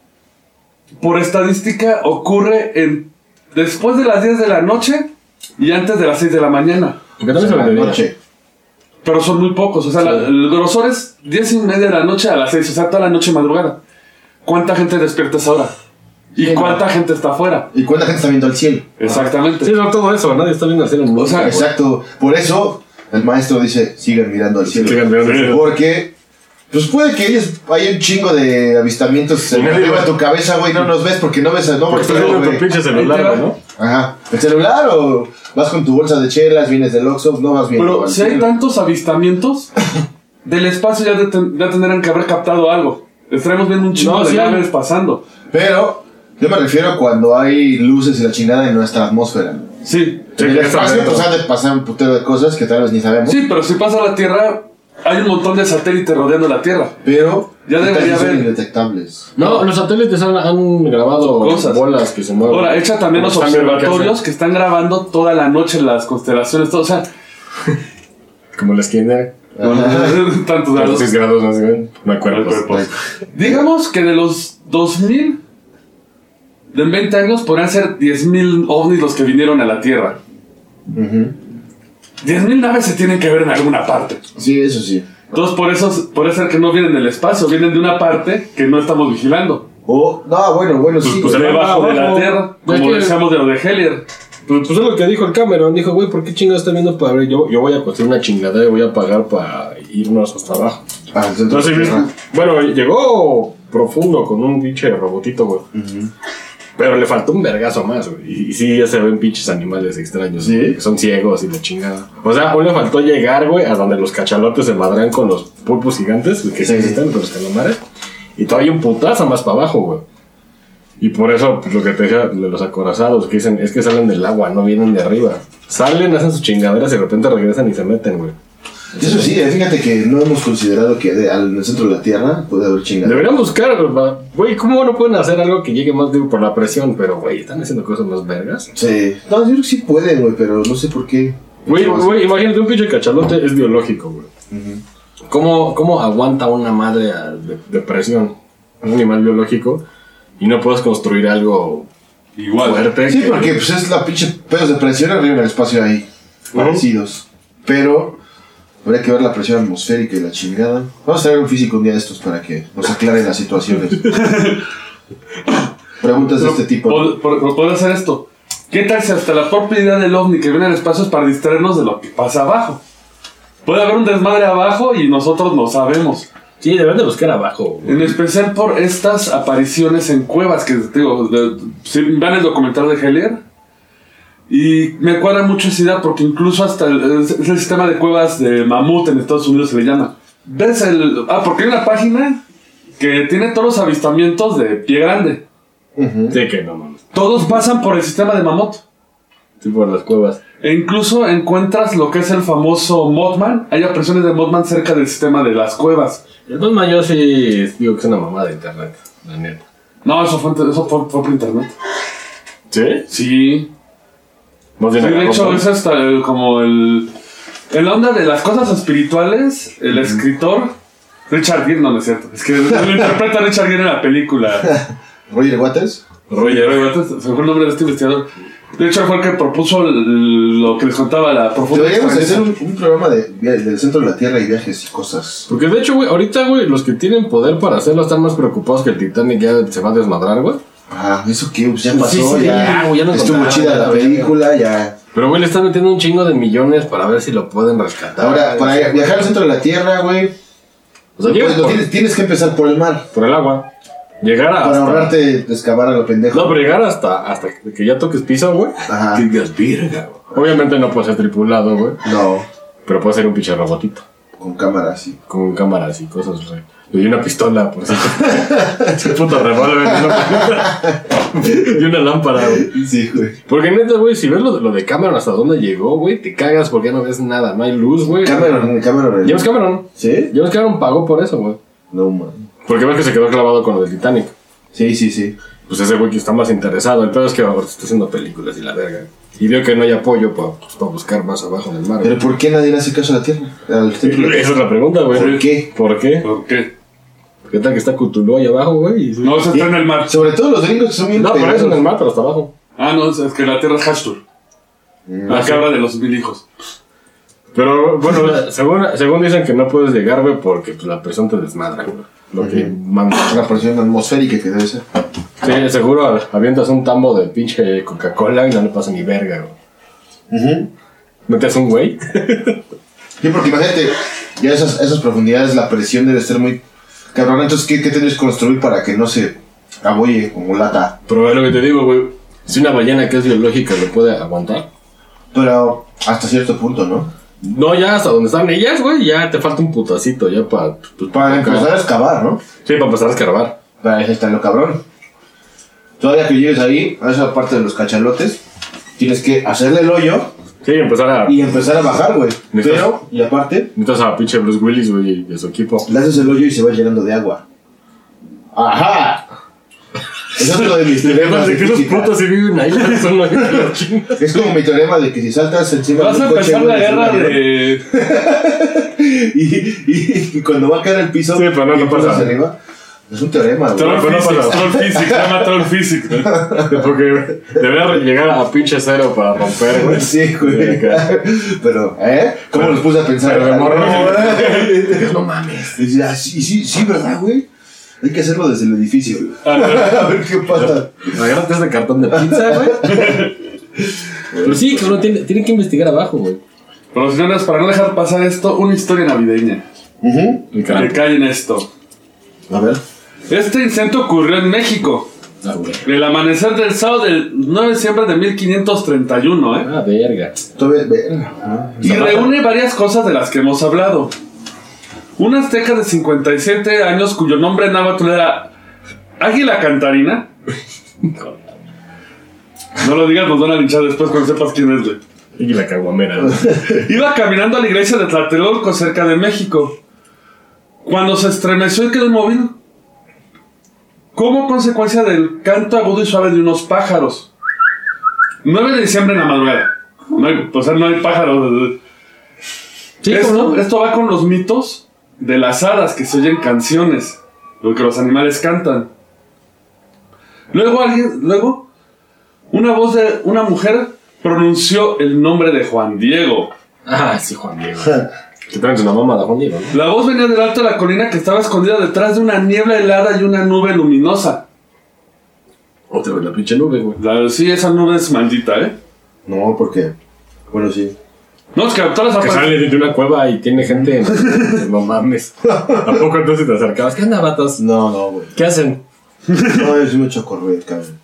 por estadística, ocurre en, después de las 10 de la noche y antes de las 6 de la mañana. Porque o también sea, se la vendería. noche. Pero son muy pocos. O sea, la- el grosor es 10 y media de la noche a las 6. O sea, toda la noche madrugada. ¿Cuánta gente despierta a esa hora? ¿Y Sí, cuánta gente está afuera? ¿Y cuánta gente está viendo al cielo? Exactamente. Sí, no todo eso, nadie está viendo el cielo. O sea, nunca, güey. Exacto. Por eso el maestro dice, sigan mirando al cielo. Sigan mirando al cielo. Porque, pues puede que ellos haya un chingo de avistamientos Y en nadie arriba va- de tu cabeza, güey. No nos ves porque no ves a no, Porque estás volteo, viendo tu güey. pinche celular, Ahí te va. güey, ¿no? Ajá. ¿El celular o vas con tu bolsa de chelas, vienes del Oxxo? No vas bien. Pero si hay tantos avistamientos, del espacio ya, deten- ya tendrán que haber captado algo. Estaremos viendo un chingo No, de sí. naves pasando. Pero yo me refiero cuando hay luces y la chingada en nuestra atmósfera. Sí. Sí, en el que está espacio adentro. pues han de pasar un putero de cosas que tal vez ni sabemos. Sí, pero si pasa la Tierra, hay un montón de satélites rodeando la Tierra. Pero Ya ¿qué tal debería si son haber. indetectables. No, los satélites han, han grabado Cosas. bolas que se mueven. Ahora, echa también los Están viendo qué observatorios hacen. que están grabando toda la noche las constelaciones, todo. O sea, Como la esquina, tantos a los datos. 6 grados, no sé, güey. No hay cuerpos. pues, No hay cuerpos. Digamos que de los 2000 de 20 años podrían ser 10.000 ovnis los que vinieron a la Tierra. 10.000 naves se tienen que ver en alguna parte. Sí, eso sí. Entonces, por eso puede ser que no vienen del espacio, vienen de una parte que no estamos vigilando. O, no, bueno, bueno, sí. pues, güey. Debajo de la abajo. Tierra, Ya como que- decíamos de lo de Hellier. Pues, pues es lo que dijo el Cameron. Dijo, güey, ¿por qué chingados está viendo para abrir? Yo, yo voy a construir una chingadera y voy a pagar para irnos hasta abajo. Para Ah, el centro Entonces, de la Tierra. bueno, llegó profundo con un pinche robotito, güey. Pero le faltó un vergazo más, güey. Y, y sí, ya se ven pinches animales extraños, ¿Sí? güey, que son ciegos y la chingada. O sea, aún le faltó llegar, güey, a donde los cachalotes se madran con los pulpos gigantes, que Sí. sí existen, con los calamares. Y todavía un putazo más para abajo, güey. Y por eso, pues, lo que te decía de los acorazados, que dicen, es que salen del agua, no vienen de arriba. Salen, hacen sus chingaderas y de repente regresan y se meten, güey. Eso sí, eh, fíjate que no hemos considerado que de- al en el centro de la Tierra puede haber chingaderas. Deberían buscar, va- güey, ¿cómo no pueden hacer algo que llegue más digo, por la presión? Pero, güey, están haciendo cosas más vergas. Sí. No, yo creo que sí pueden, güey, pero no sé por qué. Güey, No sé. güey, imagínate, un pinche cachalote es biológico, güey. ¿Cómo, cómo aguanta una madre a- de, de presión? Un animal biológico y no puedes construir algo Igual. fuerte. Sí, que- porque pues es la pinche pedos de presión arriba en el espacio ahí. Ujú. Parecidos. Pero habría que ver la presión atmosférica y la chingada. Vamos a traer un físico un día de estos para que nos aclare las situaciones. Preguntas de este tipo. ¿no? Pod- por- por- Poder hacer esto. ¿Qué tal si hasta la propia idea del ovni que viene al espacio es para distraernos de lo que pasa abajo? Puede haber un desmadre abajo y nosotros no sabemos. Sí, deben de buscar abajo. güey. En especial por estas apariciones en cuevas que, te digo, de- si vean el documental de Hellier. Y me cuadra mucho esa idea porque incluso hasta el, es- es el sistema de cuevas de mamut en Estados Unidos se le llama. ¿Ves el...? Ah, porque hay una página que tiene todos los avistamientos de pie grande. Ujú. Sí, que no mames. Todos pasan por el sistema de mamut. Sí, por las cuevas. E incluso encuentras lo que es el famoso Mothman. Hay apariciones de Mothman cerca del sistema de las cuevas. El dos mayo sí digo que es una mamada de internet, la neta. No, eso fue, ante- eso fue, fue por internet. ¿Sí? Sí. Más bien de agarró hecho, por- es hasta el- como el. En la onda de las cosas espirituales, el escritor. Richard Gere, no, no es cierto. Es que lo interpreta Richard Gere en la película. Roger Waters. Roger, Roger, fue el nombre de este investigador. De hecho, fue el que propuso el- lo que les contaba la profunda. Deberíamos hacer extrañeza. un, un programa de, via- del centro de la Tierra y viajes y cosas. Porque de hecho, güey, ahorita, güey, los que tienen poder para hacerlo están más preocupados que el Titanic ya se va a desmadrar, güey. Ah, eso que pues, ya pasó, sí, ya, ya, güey, ya nos estuvo contaron, chida ya, la güey. película, ya. Pero, güey, le están metiendo un chingo de millones para ver si lo pueden rescatar. Ahora, güey. para viajar al centro de la Tierra, güey, O sea, pues llegas lo por, tienes, tienes que empezar por el mar. por el agua. Llegar a. Para hasta- ahorrarte de excavar a lo pendejo. No, pero llegar hasta, hasta que ya toques piso, güey. Ajá. Que digas, "Verga, güey". Obviamente no puede ser tripulado, güey. No, Pero puede ser un pinche robotito. con cámara, sí. Con cámaras y cosas, güey. Y una pistola, por cierto. Ese puto revólver. ¿no? y una lámpara, güey. Sí, güey. Porque neta, güey, si ves lo, lo de Cameron hasta dónde llegó, güey, te cagas porque ya no ves nada. No hay luz, güey. Cameron, Cameron. James Cameron. ¿Sí? James Cameron pagó por eso, güey. No, man. Porque ves que se quedó clavado con lo del Titanic. Sí, sí, sí. Pues ese güey que está más interesado. El pedo es que ahorita está haciendo películas y la verga. Y veo que no hay apoyo para buscar más abajo del mar. güey. Pero ¿por qué nadie le hace caso a la Tierra? Al centro de la Esa es la pregunta, güey. ¿Por qué? ¿Por qué? ¿Por qué? ¿Qué tal que está Cthulhu ahí abajo, güey? Y- No, eso está en el mar. Tierra. Sobre todo los gringos que son bien No, por eso en el pendejos. mar, pero hasta abajo. Ah, no, es que la Tierra es Hastur. Mm. La que habla de los mil hijos. Pero bueno, la- según, según dicen que no puedes llegar, güey, porque pues, la presión te desmadra, güey. Lo que manda. La presión atmosférica que debe ser. Sí, seguro avientas un tambo de pinche Coca-Cola y no le pasa ni verga, güey. Ujú. Metes un güey. Sí, porque imagínate, ya esas, esas profundidades, la presión debe ser muy cabrón. Entonces, ¿qué, qué tienes que construir para que no se aboye como lata? Pero es lo que te digo, güey. Si una ballena que es biológica lo puede aguantar. Pero hasta cierto punto, ¿no? No, ya hasta donde están ellas, güey, ya te falta un putacito, ya para. Ah, Para empezar a excavar, ¿no? Sí, para empezar a escarbar. Para eso está lo cabrón. Todavía que llegues ahí, a esa parte de los cachalotes, tienes que hacerle el hoyo Sí, empezar a. y empezar a bajar, güey. Necesitas- Pero, y aparte, Metes a pinche Bruce Willis, güey, y a su equipo. le haces el hoyo y se va llenando de agua. ¡Ajá! Es otro de mis teoremas de que esos física. putos se viven ahí, son los que los chingas. Es como mi teorema de que si saltas encima Vas de a un coche... empezar la güey, es un guerra avión. de. y, y- y cuando va a caer el piso, Sí, pero no, y no empujas pasa. arriba, es un teorema, güey. Troll Pero no Physics, pasa. Troll Physics, se llama Troll Physics. ¿no? Porque debería llegar a pinche cero para romper, güey. Sí, güey. Y acá. Pero, ¿eh? ¿Cómo Pero- los puse a pensar? pero de morro, güey? No mames. Y dice, ah, sí, sí, sí, ¿verdad, güey? Hay que hacerlo desde el edificio. A ver. A ver qué pasa. Agárrate este cartón de pizza, güey. Pero sí, que uno tiene, tiene que investigar abajo, güey. Pero señores, para no dejar pasar esto, una historia navideña. Ujú. El Que cae en esto. A ver. Este incendio ocurrió en México. Ah, güey. El amanecer del sábado del 9 de diciembre de 1531, ¿eh? Ah, verga. Todavía, Ah, verga. Y reúne varias cosas de las que hemos hablado. Un azteca de 57 años cuyo nombre en náhuatl era Águila Cantarina. No lo digas, nos van a linchar después cuando sepas quién es, güey. Y la caguamera. güey. Iba caminando a la iglesia de Tlatelolco, cerca de México, cuando se estremeció y quedó inmóvil. Como consecuencia del canto agudo y suave de unos pájaros. 9 de diciembre en la madrugada. No hay, o sea, no hay pájaros. Sí, esto, ¿cómo no? esto va con los mitos de las hadas que se oyen canciones, lo que los animales cantan. Luego alguien, luego, una voz de una mujer pronunció el nombre de Juan Diego. Ah, sí, Juan Diego. Que traen una mamá de Juan Diego, ¿no? La voz venía del alto de la colina que estaba escondida detrás de una niebla helada y una nube luminosa. Otra vez la pinche nube, güey. La- sí, esa nube es maldita, ¿eh? No, porque. Bueno, sí. No, es que todas las Que apare- sale de una cueva y tiene gente. en- no mames. Tampoco entonces te acercabas. ¿Qué onda, vatos? No, no, güey. ¿Qué hacen? No, es un chocorrol, cabrón.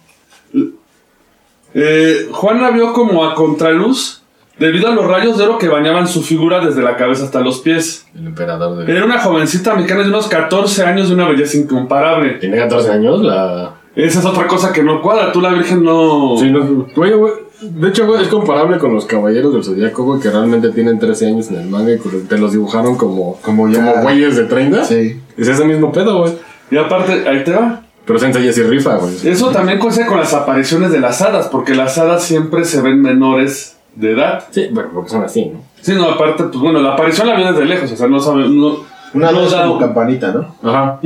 Eh, Juan la vio como a contraluz debido a los rayos de oro que bañaban su figura desde la cabeza hasta los pies. El emperador de. Era una jovencita mexicana de unos 14 años de una belleza incomparable. Tiene 14 años la. Esa es otra cosa que no cuadra. Tú la Virgen no... Sí, no, güey, güey. De hecho, güey, es comparable con los caballeros del Zodíaco, güey, que realmente tienen 13 años en el manga y con- te los dibujaron como, Como ya- güeyes de 30. Sí. Es ese mismo pedo, güey. Y aparte, ahí te va. Pero Sensei sí rifa, güey. Eso también coincide con las apariciones de las hadas, porque las hadas siempre se ven menores de edad. Sí, bueno, porque son así, ¿no? Sí, no, aparte, pues bueno, la aparición la vio desde lejos, o sea, no sabe... No, Una no luz da- como campanita, ¿no? Ajá.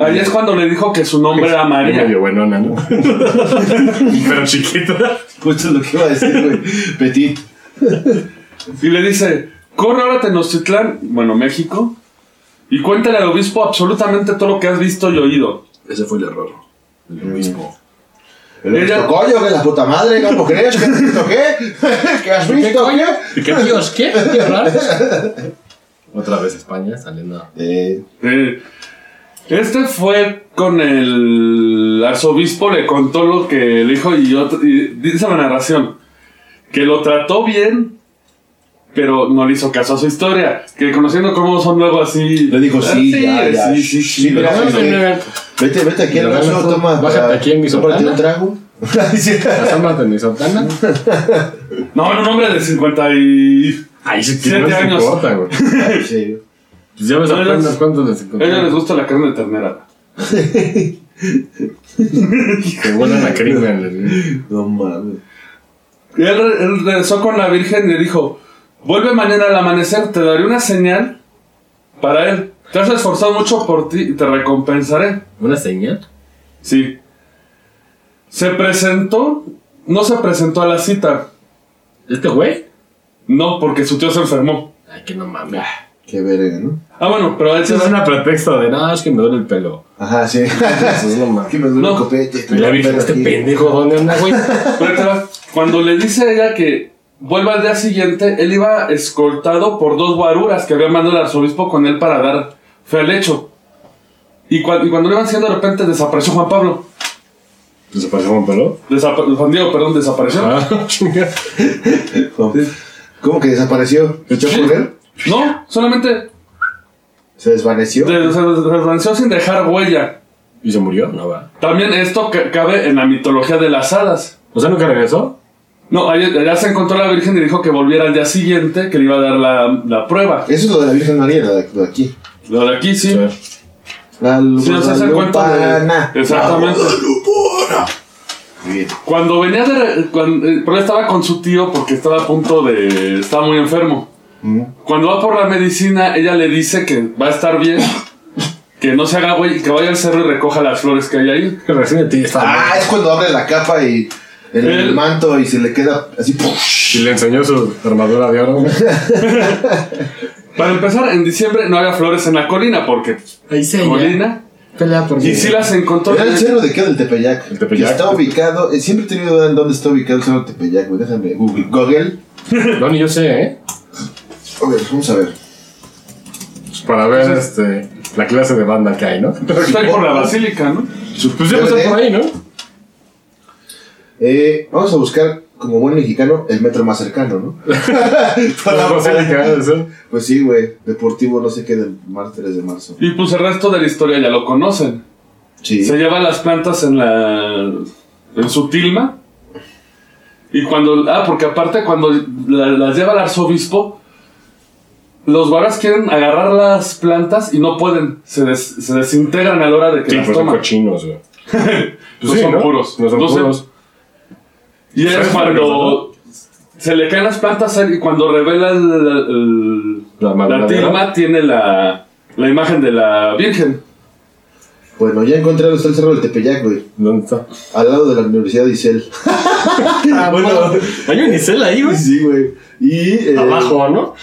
Ahí es cuando le dijo que su nombre era Y María. medio buenona, ¿no? Pero chiquita. Justo Pues lo que iba a decir, güey. Petit. Y le dice, corre ahora a Tenochtitlán, bueno, México, y cuéntale al obispo absolutamente todo lo que has visto y oído. Ese fue el error. El obispo. El Ella- Ella... coño, que la puta madre, ¿cómo crees? ¿Qué has visto qué? ¿Qué has visto qué? ¿Qué Dios? ¿Qué? ¿Qué Otra vez España saliendo. Eh, Eh, este fue con el arzobispo, le contó lo que le dijo y, otro- y dice la narración, que lo trató bien, pero no le hizo caso a su historia, que conociendo cómo son luego así... le dijo "Ah, sí, ya, ya. sí, sí, sí, Sí, mira, pero- vete, vete, vete aquí al Pero brazo, mejor toma. bájate para- aquí en mi cómprate sotana. un trago. Las almas de Misotana. No, era un hombre de 50 y... Ahí se Siete no se años. importa, güey. sí. Pues ya ves No, apenas ellos- cuántos les A ellos les encontré. gusta la carne de ternera. Que vuelan a crimen. les- No mames. Y él, re- él regresó con la Virgen y le dijo, vuelve mañana al amanecer, te daré una señal para él. Te has esforzado mucho por ti y te recompensaré. ¿Una señal? Sí. Se presentó, no se presentó a la cita. ¿Este güey? No, porque su tío se enfermó. Ay, que no mames. Qué verga, ¿no? Ah, bueno, pero él Esa se es una pretexto de, no, es que me duele el pelo. Ajá, sí. Eso es lo malo. Aquí me duele No. el copete. Y la virgen, Pero este aquí- pendejo, ¿dónde anda, güey? Pero ahí te va. Cuando le dice a ella que vuelva al día siguiente, él iba escoltado por dos guaruras que había mandado el arzobispo con él para dar fe al hecho. Y, cua- y cuando lo iban haciendo, de repente desapareció Juan Pablo. ¿Se pasó un pelo? Desapa- Juan Diego, perdón, desapareció. Ah, chinga. No. ¿Cómo que desapareció? ¿Se echó a correr? No, solamente ¿Se desvaneció? de- se desvaneció sin dejar huella. ¿Y se murió? No va. También esto ca- cabe en la mitología de las hadas. O sea, nunca regresó. No, allá, allá se encontró la Virgen y dijo que volviera al día siguiente, que le iba a dar la, la prueba. Eso es lo de la Virgen María, lo de lo de aquí. Lo de aquí sí. La luz Sí, o sea, se dan cuenta de- Exactamente. Bien. Cuando venía de. re- cuan- eh, pero estaba con su tío porque estaba a punto de. Estaba muy enfermo. Cuando va por la medicina, ella le dice que va a estar bien, que no se haga güey, que vaya al cerro y recoja las flores que hay ahí. Recién de ti está. Ah, es cuando abre la capa y el, El- manto y se le queda así. ¡push! Y le enseñó su armadura de oro. Para empezar, en diciembre no había flores en la colina porque. Ahí se Colina. Pelea por Y sí las encontró. Era el cerro de qué del Tepeyac. El Tepeyac. Que Está ubicado. eh, siempre he tenido duda en dónde está ubicado el cerro del Tepeyac, güey. Déjame. Google. Google. No, ni yo sé, ¿eh? A ver, vamos a ver. Pues Para ver este, la clase de banda que hay, ¿no? Pero está ahí por la basílica, ¿no? Pues ya pasó por ahí, ¿no? Eh, vamos a buscar, como buen mexicano, el metro más cercano, ¿no? La basílica, eso. Pues sí, güey. Deportivo, no sé qué, del mártires de marzo. Y pues el resto de la historia ya lo conocen. Sí. Se lleva las plantas en la. en su tilma. Y cuando. Ah, porque aparte, cuando la- las lleva el arzobispo, los varas quieren agarrar las plantas y no pueden. Se, des- se desintegran a la hora de que Sí, las pues son toman. cochinos, güey. Pues No son puros. No son No sé. puros. Y es ¿Sabes cuando. Se le caen las plantas a él y cuando revela el- el- La la armadura de oro. tilma, tiene la, la imagen de la Virgen. Bueno, ya encontraron, está el cerro del Tepeyac, güey. ¿Dónde está? Al lado de la Universidad de Isel. Ah, bueno, hay un Isel ahí, güey. Sí, güey. Y. eh, Abajo, ¿no?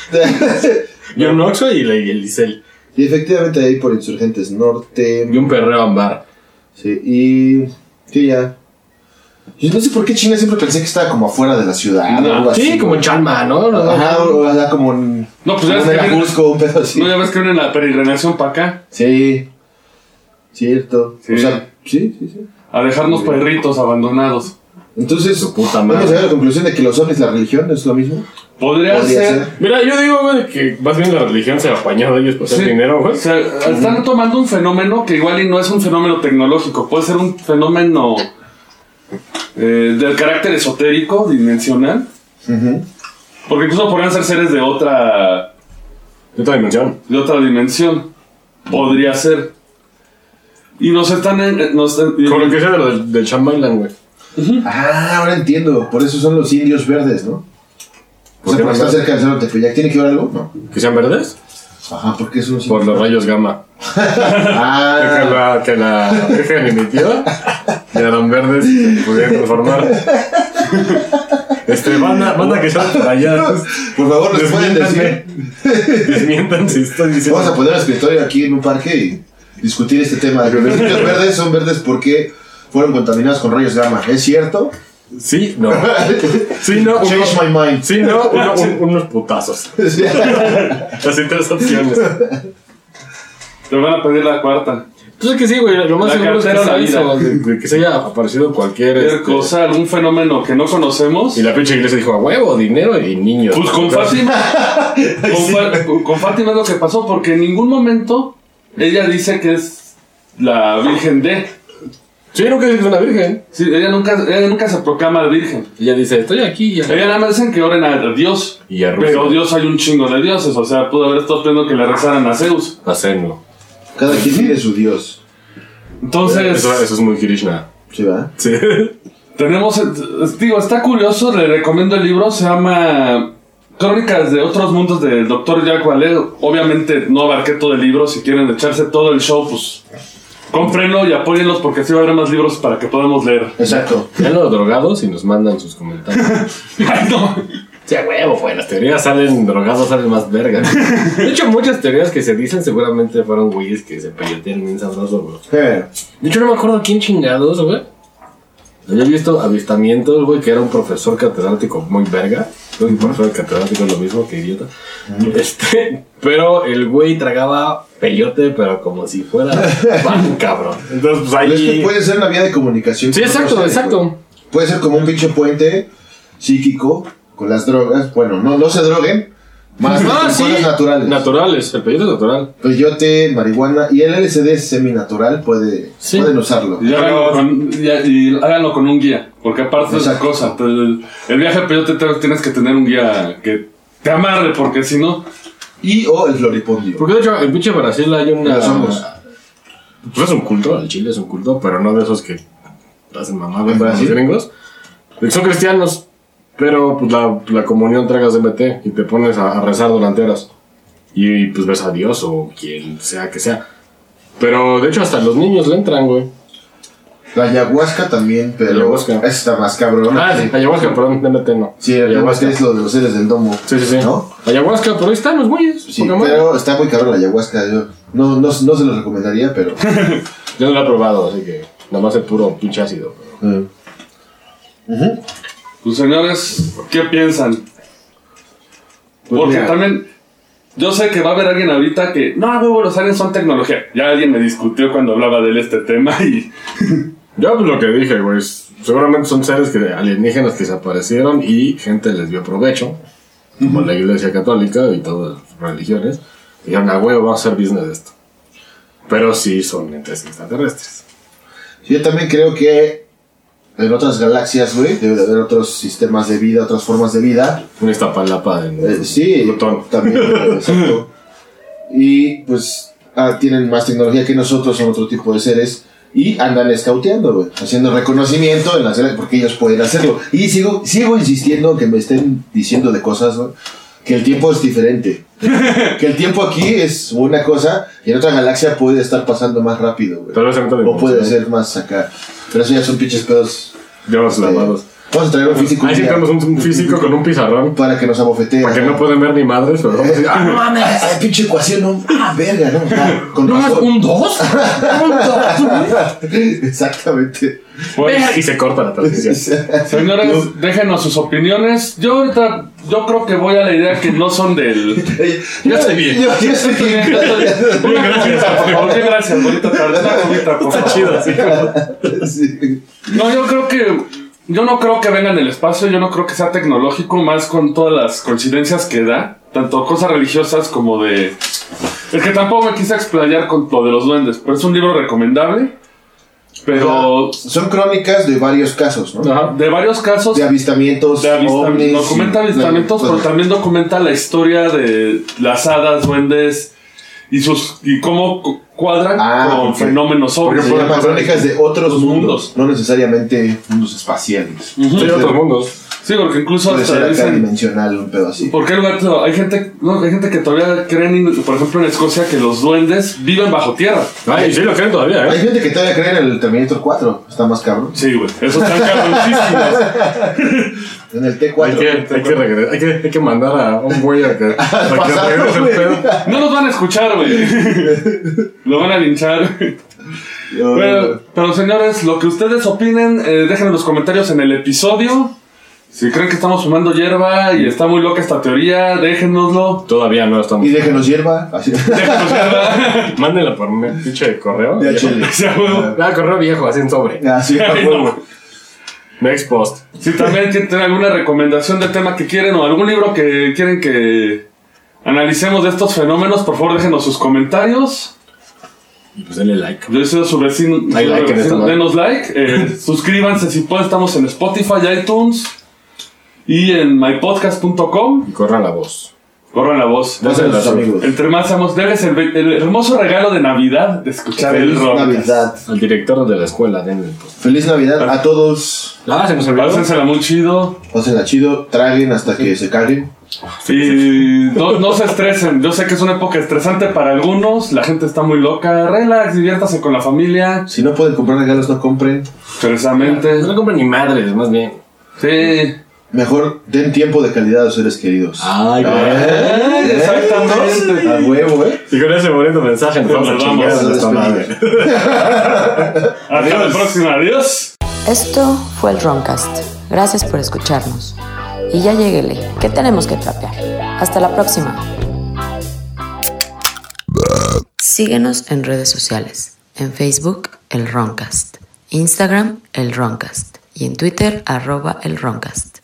Yo un Oxxo y la- y el Isel. y efectivamente ahí por Insurgentes Norte. Y un perreo ambar. Sí, y. Sí, ya. Yo no sé por qué China siempre pensé que estaba como afuera de la ciudad. o algo sí, así. como Chanma, ¿no? Ajá, o sea, como en. No, pues ya como ves en que- Ajusco, un pedo así. No, ya ves que viene la peregrinación para acá. Sí. Cierto. Sí. O sea, sí, sí, sí. A dejarnos perritos abandonados. Entonces, Su puta vamos a madre. llegar a la conclusión de que los hombres, la religión, es lo mismo. Podría, Podría ser. ser. Mira, yo digo, güey, que más bien la religión se apañó de ellos por Sí. hacer Pues dinero, güey. O sea, están tomando un fenómeno que igual y no es un fenómeno tecnológico, puede ser un fenómeno eh, del carácter esotérico, dimensional. Ujú. Porque incluso podrían ser seres de otra, De otra dimensión. de otra dimensión. Podría ser. Y nos están... en- eh, nos- Con lo que sea de lo del, del Shyamalan, güey. Ah, ahora entiendo. Por eso son los indios verdes, ¿no? O ¿Por sea, qué porque no? está cerca del cerro Tepeyac. ¿Tiene que ver algo? No. ¿Que sean verdes? Ajá, porque es un Por los rayos gamma. Que Ah, la, que la Virgen emitió. Y eran verdes y se pudieron transformar. Este, banda, banda que sean por allá. por favor, nos pueden decir. Desmientan si estoy diciendo. Vamos a poner el escritorio aquí en un parque y discutir este tema. Los indios verdes son verdes porque fueron contaminados con rayos gamma. ¿Es cierto? Sí, no. Sí, no. uno- Change my mind. Sí, no. uno- un- unos putazos. Así tres opciones. Te van a pedir la cuarta. Entonces Pues que sí, güey. Lo más La seguro es que cartera sea de la eso, de- de que se haya aparecido cualquier. Cualquier este, cosa, algún fenómeno que no conocemos. Y la pinche iglesia dijo, a huevo, dinero y niños. Pues con Entonces, Fátima. con, Fa- con Fátima es lo que pasó, porque en ningún momento ella dice que es la virgen de. Sí, nunca dice que es una virgen. Sí, ella nunca, ella nunca se proclama virgen. Ella dice, estoy aquí y ya. Ella nada más dicen que oren a Dios. Y a Rusia. Pero Dios hay un chingo de dioses, o sea, pudo haber estado pidiendo que le rezaran a Eh, Zeus. Hacerlo. Cada quien tiene su dios. Entonces, Eso, eso es muy Krishna. ¿Sí, va? Sí. tenemos. eh, Digo, está curioso, le recomiendo el libro, se llama. Crónicas de otros mundos del Dr. Jack Valero. Obviamente no abarqué todo el libro. Si quieren echarse todo el show, pues cómprenlo y apóyenlos porque así va a haber más libros para que podamos leer. Exacto. Ya los drogados y nos mandan sus comentarios. Ay, no. Sí, a huevo, güey. Las teorías salen drogados, salen más verga. De hecho, muchas teorías que se dicen seguramente fueron güeyes que se peyotean bien sabroso, güey. Eh, De hecho, no me acuerdo quién chingados, güey. Había visto avistamientos, güey, que era un profesor catedrático muy verga. Creo que profesor catedrático es lo mismo que idiota. Este, pero el güey tragaba peyote, pero como si fuera pan, cabrón. Entonces, pues pero es ahí. que puede ser una vía de comunicación. Sí, con exacto, otros seres, exacto. güey. Puede ser como un pinche puente psíquico con las drogas. Bueno, no, no se droguen. Más Ah, con sí. cosas naturales. Naturales, el peyote es natural. Peyote, marihuana y el LSD seminatural puede, Sí. pueden usarlo. Y háganlo, con, ya- y háganlo con un guía, porque aparte de esa Exacto. cosa, te- el, el viaje a peyote te- tienes que tener un guía que te amarre, porque si no, Y o el floripondio. Porque de hecho, en pinche Brasil hay una. Los hongos. Pues es un culto, el Chile es un culto, pero no de esos que hacen mamadas ¿En como los Brasil? gringos. De que Son cristianos, pero pues la, la comunión tragas de MT y te pones a, a rezar durante horas. Y pues ves a Dios o quien sea que sea. Pero de hecho, hasta los niños le entran, güey. La ayahuasca también, pero Ayahuasca. esa está más cabrón. Ah, sí, ayahuasca, perdón, DMT no. Sí, la ayahuasca es lo de los seres del domo. Sí, sí, sí. ¿No? Ayahuasca, pero ahí están los güeyes. Sí, poca madre. pero está muy cabrón la ayahuasca. yo no, no, no se lo recomendaría, pero. Yo no lo he probado, así que nada más el puro pinche ácido. pero- eh. Ujú. pues señores, ¿qué piensan? Pues, Porque mira. también, yo sé que va a haber alguien ahorita que, no, a huevo, los aliens son tecnología. Ya alguien me discutió cuando hablaba de él este tema y Yo pues, lo que dije, güey, es- seguramente son seres que, alienígenas que se aparecieron y gente les dio provecho, como la iglesia católica y todas las religiones, y dijeron, ah, güey, vamos a hacer business de esto. Pero sí son entes extraterrestres. Yo también creo que en otras galaxias, güey, debe de haber otros sistemas de vida, otras formas de vida. Una estapalapa en Eh, sí, Plutón. también, eh, exacto. Y pues ah, tienen más tecnología que nosotros, son otro tipo de seres. Y andan escauteando, güey, haciendo reconocimiento en las galaxias, porque ellos pueden hacerlo. Y sigo, sigo insistiendo que me estén diciendo de cosas, güey. que el tiempo es diferente. que el tiempo aquí es una cosa y en otra galaxia puede estar pasando más rápido, güey. Tal vez en otra O puede dimensión. ser más acá. Pero eso ya son pinches pedos. Dios eh, lavados. Vamos a traer un físico. un Ahí sí día tenemos un un físico con un pizarrón. Para que nos abofetee. Para que no pueden ver ni madres, pero vamos a decir, Ah, no mames, esa pinche ecuación, no. Ah, verga, no. ah, con razón. dos? ¿Un Exactamente. Y se corta la transmisión. Señores, déjenos sus opiniones. Yo ahorita, yo creo que voy a la idea que no son del. Yo estoy bien. Yo, yo estoy bien. Una copita, por favor. Muchas gracias, bonita tarde. Una copita, por favor. Chido, sí. Sí. No, yo creo que. Yo no creo que venga en el espacio, yo no creo que sea tecnológico, más con todas las coincidencias que da, tanto cosas religiosas como de. Es que tampoco me quise explayar con lo de los duendes, pero es un libro recomendable, pero Son crónicas de varios casos, ¿no? Ajá. de varios casos. De avistamientos, de avistam- ovnis, documenta y- avistamientos, la- pero también documenta la historia de las hadas, duendes y sus y cómo cu- cuadran Ah, con ok. fenómenos Porque sobre se llaman crónicas de otros Los mundos, mundos. no necesariamente mundos espaciales. Ujú. Sí, Puede otros ser- mundos. Sí, porque incluso Puede ser hasta acá dicen Pues, dimensional, un pedo así. ¿Por qué el gato? Hay gente, no, hay gente que todavía creen, por ejemplo en Escocia, que los duendes viven bajo tierra. Ay, sí lo creen todavía, Hay ¿eh? gente que todavía cree en el Terminator 4, está más cabrón. Sí, güey. Eso está cabroncísimo. En el Hay T4. que, hay que regresar, hay que, hay que mandar a un güey a que, a que pasado, regrese el güey. pedo. No nos van a escuchar, güey. Lo van a linchar. Yo- Pero, pero, señores, lo que ustedes opinen, eh, dejen en los comentarios en el episodio. Si creen que estamos fumando hierba y está muy loca esta teoría, déjenoslo. Todavía no Y estamos. déjenos hierba. Así. Déjenos hierba. Mándenla por un pinche de correo. DHL. viejo. Sí, a huevo. Ah, correo viejo, así en sobre. Así, Ah, a huevo. Next post. Si también tienen alguna recomendación de tema que quieren o algún libro que quieren que analicemos de estos fenómenos, por favor déjenos sus comentarios. Y pues dale like. Yo he sido su vecino. Hay su like en vecino. esta madre. Denos like. eh, suscríbanse si pueden. Estamos en Spotify, iTunes y en mypodcast.com. Y corra la voz. Corran la voz. Pásenlo a sus amigos. Entre más seamos, denles el, be- el hermoso regalo de Navidad de escuchar Feliz el rock. Navidad. Al director de la escuela, denle el post. Feliz Navidad a todos. Ah, se nos olvidó. Pásensela muy chido Pásenla chido, traguen hasta que se caguen. y no, no se estresen. Yo sé que es una época estresante para algunos, la gente está muy loca. Relax, diviértase con la familia, Si no pueden comprar regalos, no compren. precisamente. No le compren ni madres, más bien. Sí, Mejor den tiempo de calidad a sus seres queridos. Ah, Ay, Eh, exactamente. A huevo, eh. Y con ese bonito mensaje nos vamos a Nos chingar vamos a a nuestra madre. despedir. hasta la próxima. Adiós. Esto fue el Roncast. Gracias por escucharnos. Y ya lleguele, que tenemos que trapear. Hasta la próxima. Síguenos en redes sociales. En Facebook, el Roncast. Instagram, el Roncast. Y en Twitter, arroba el Roncast.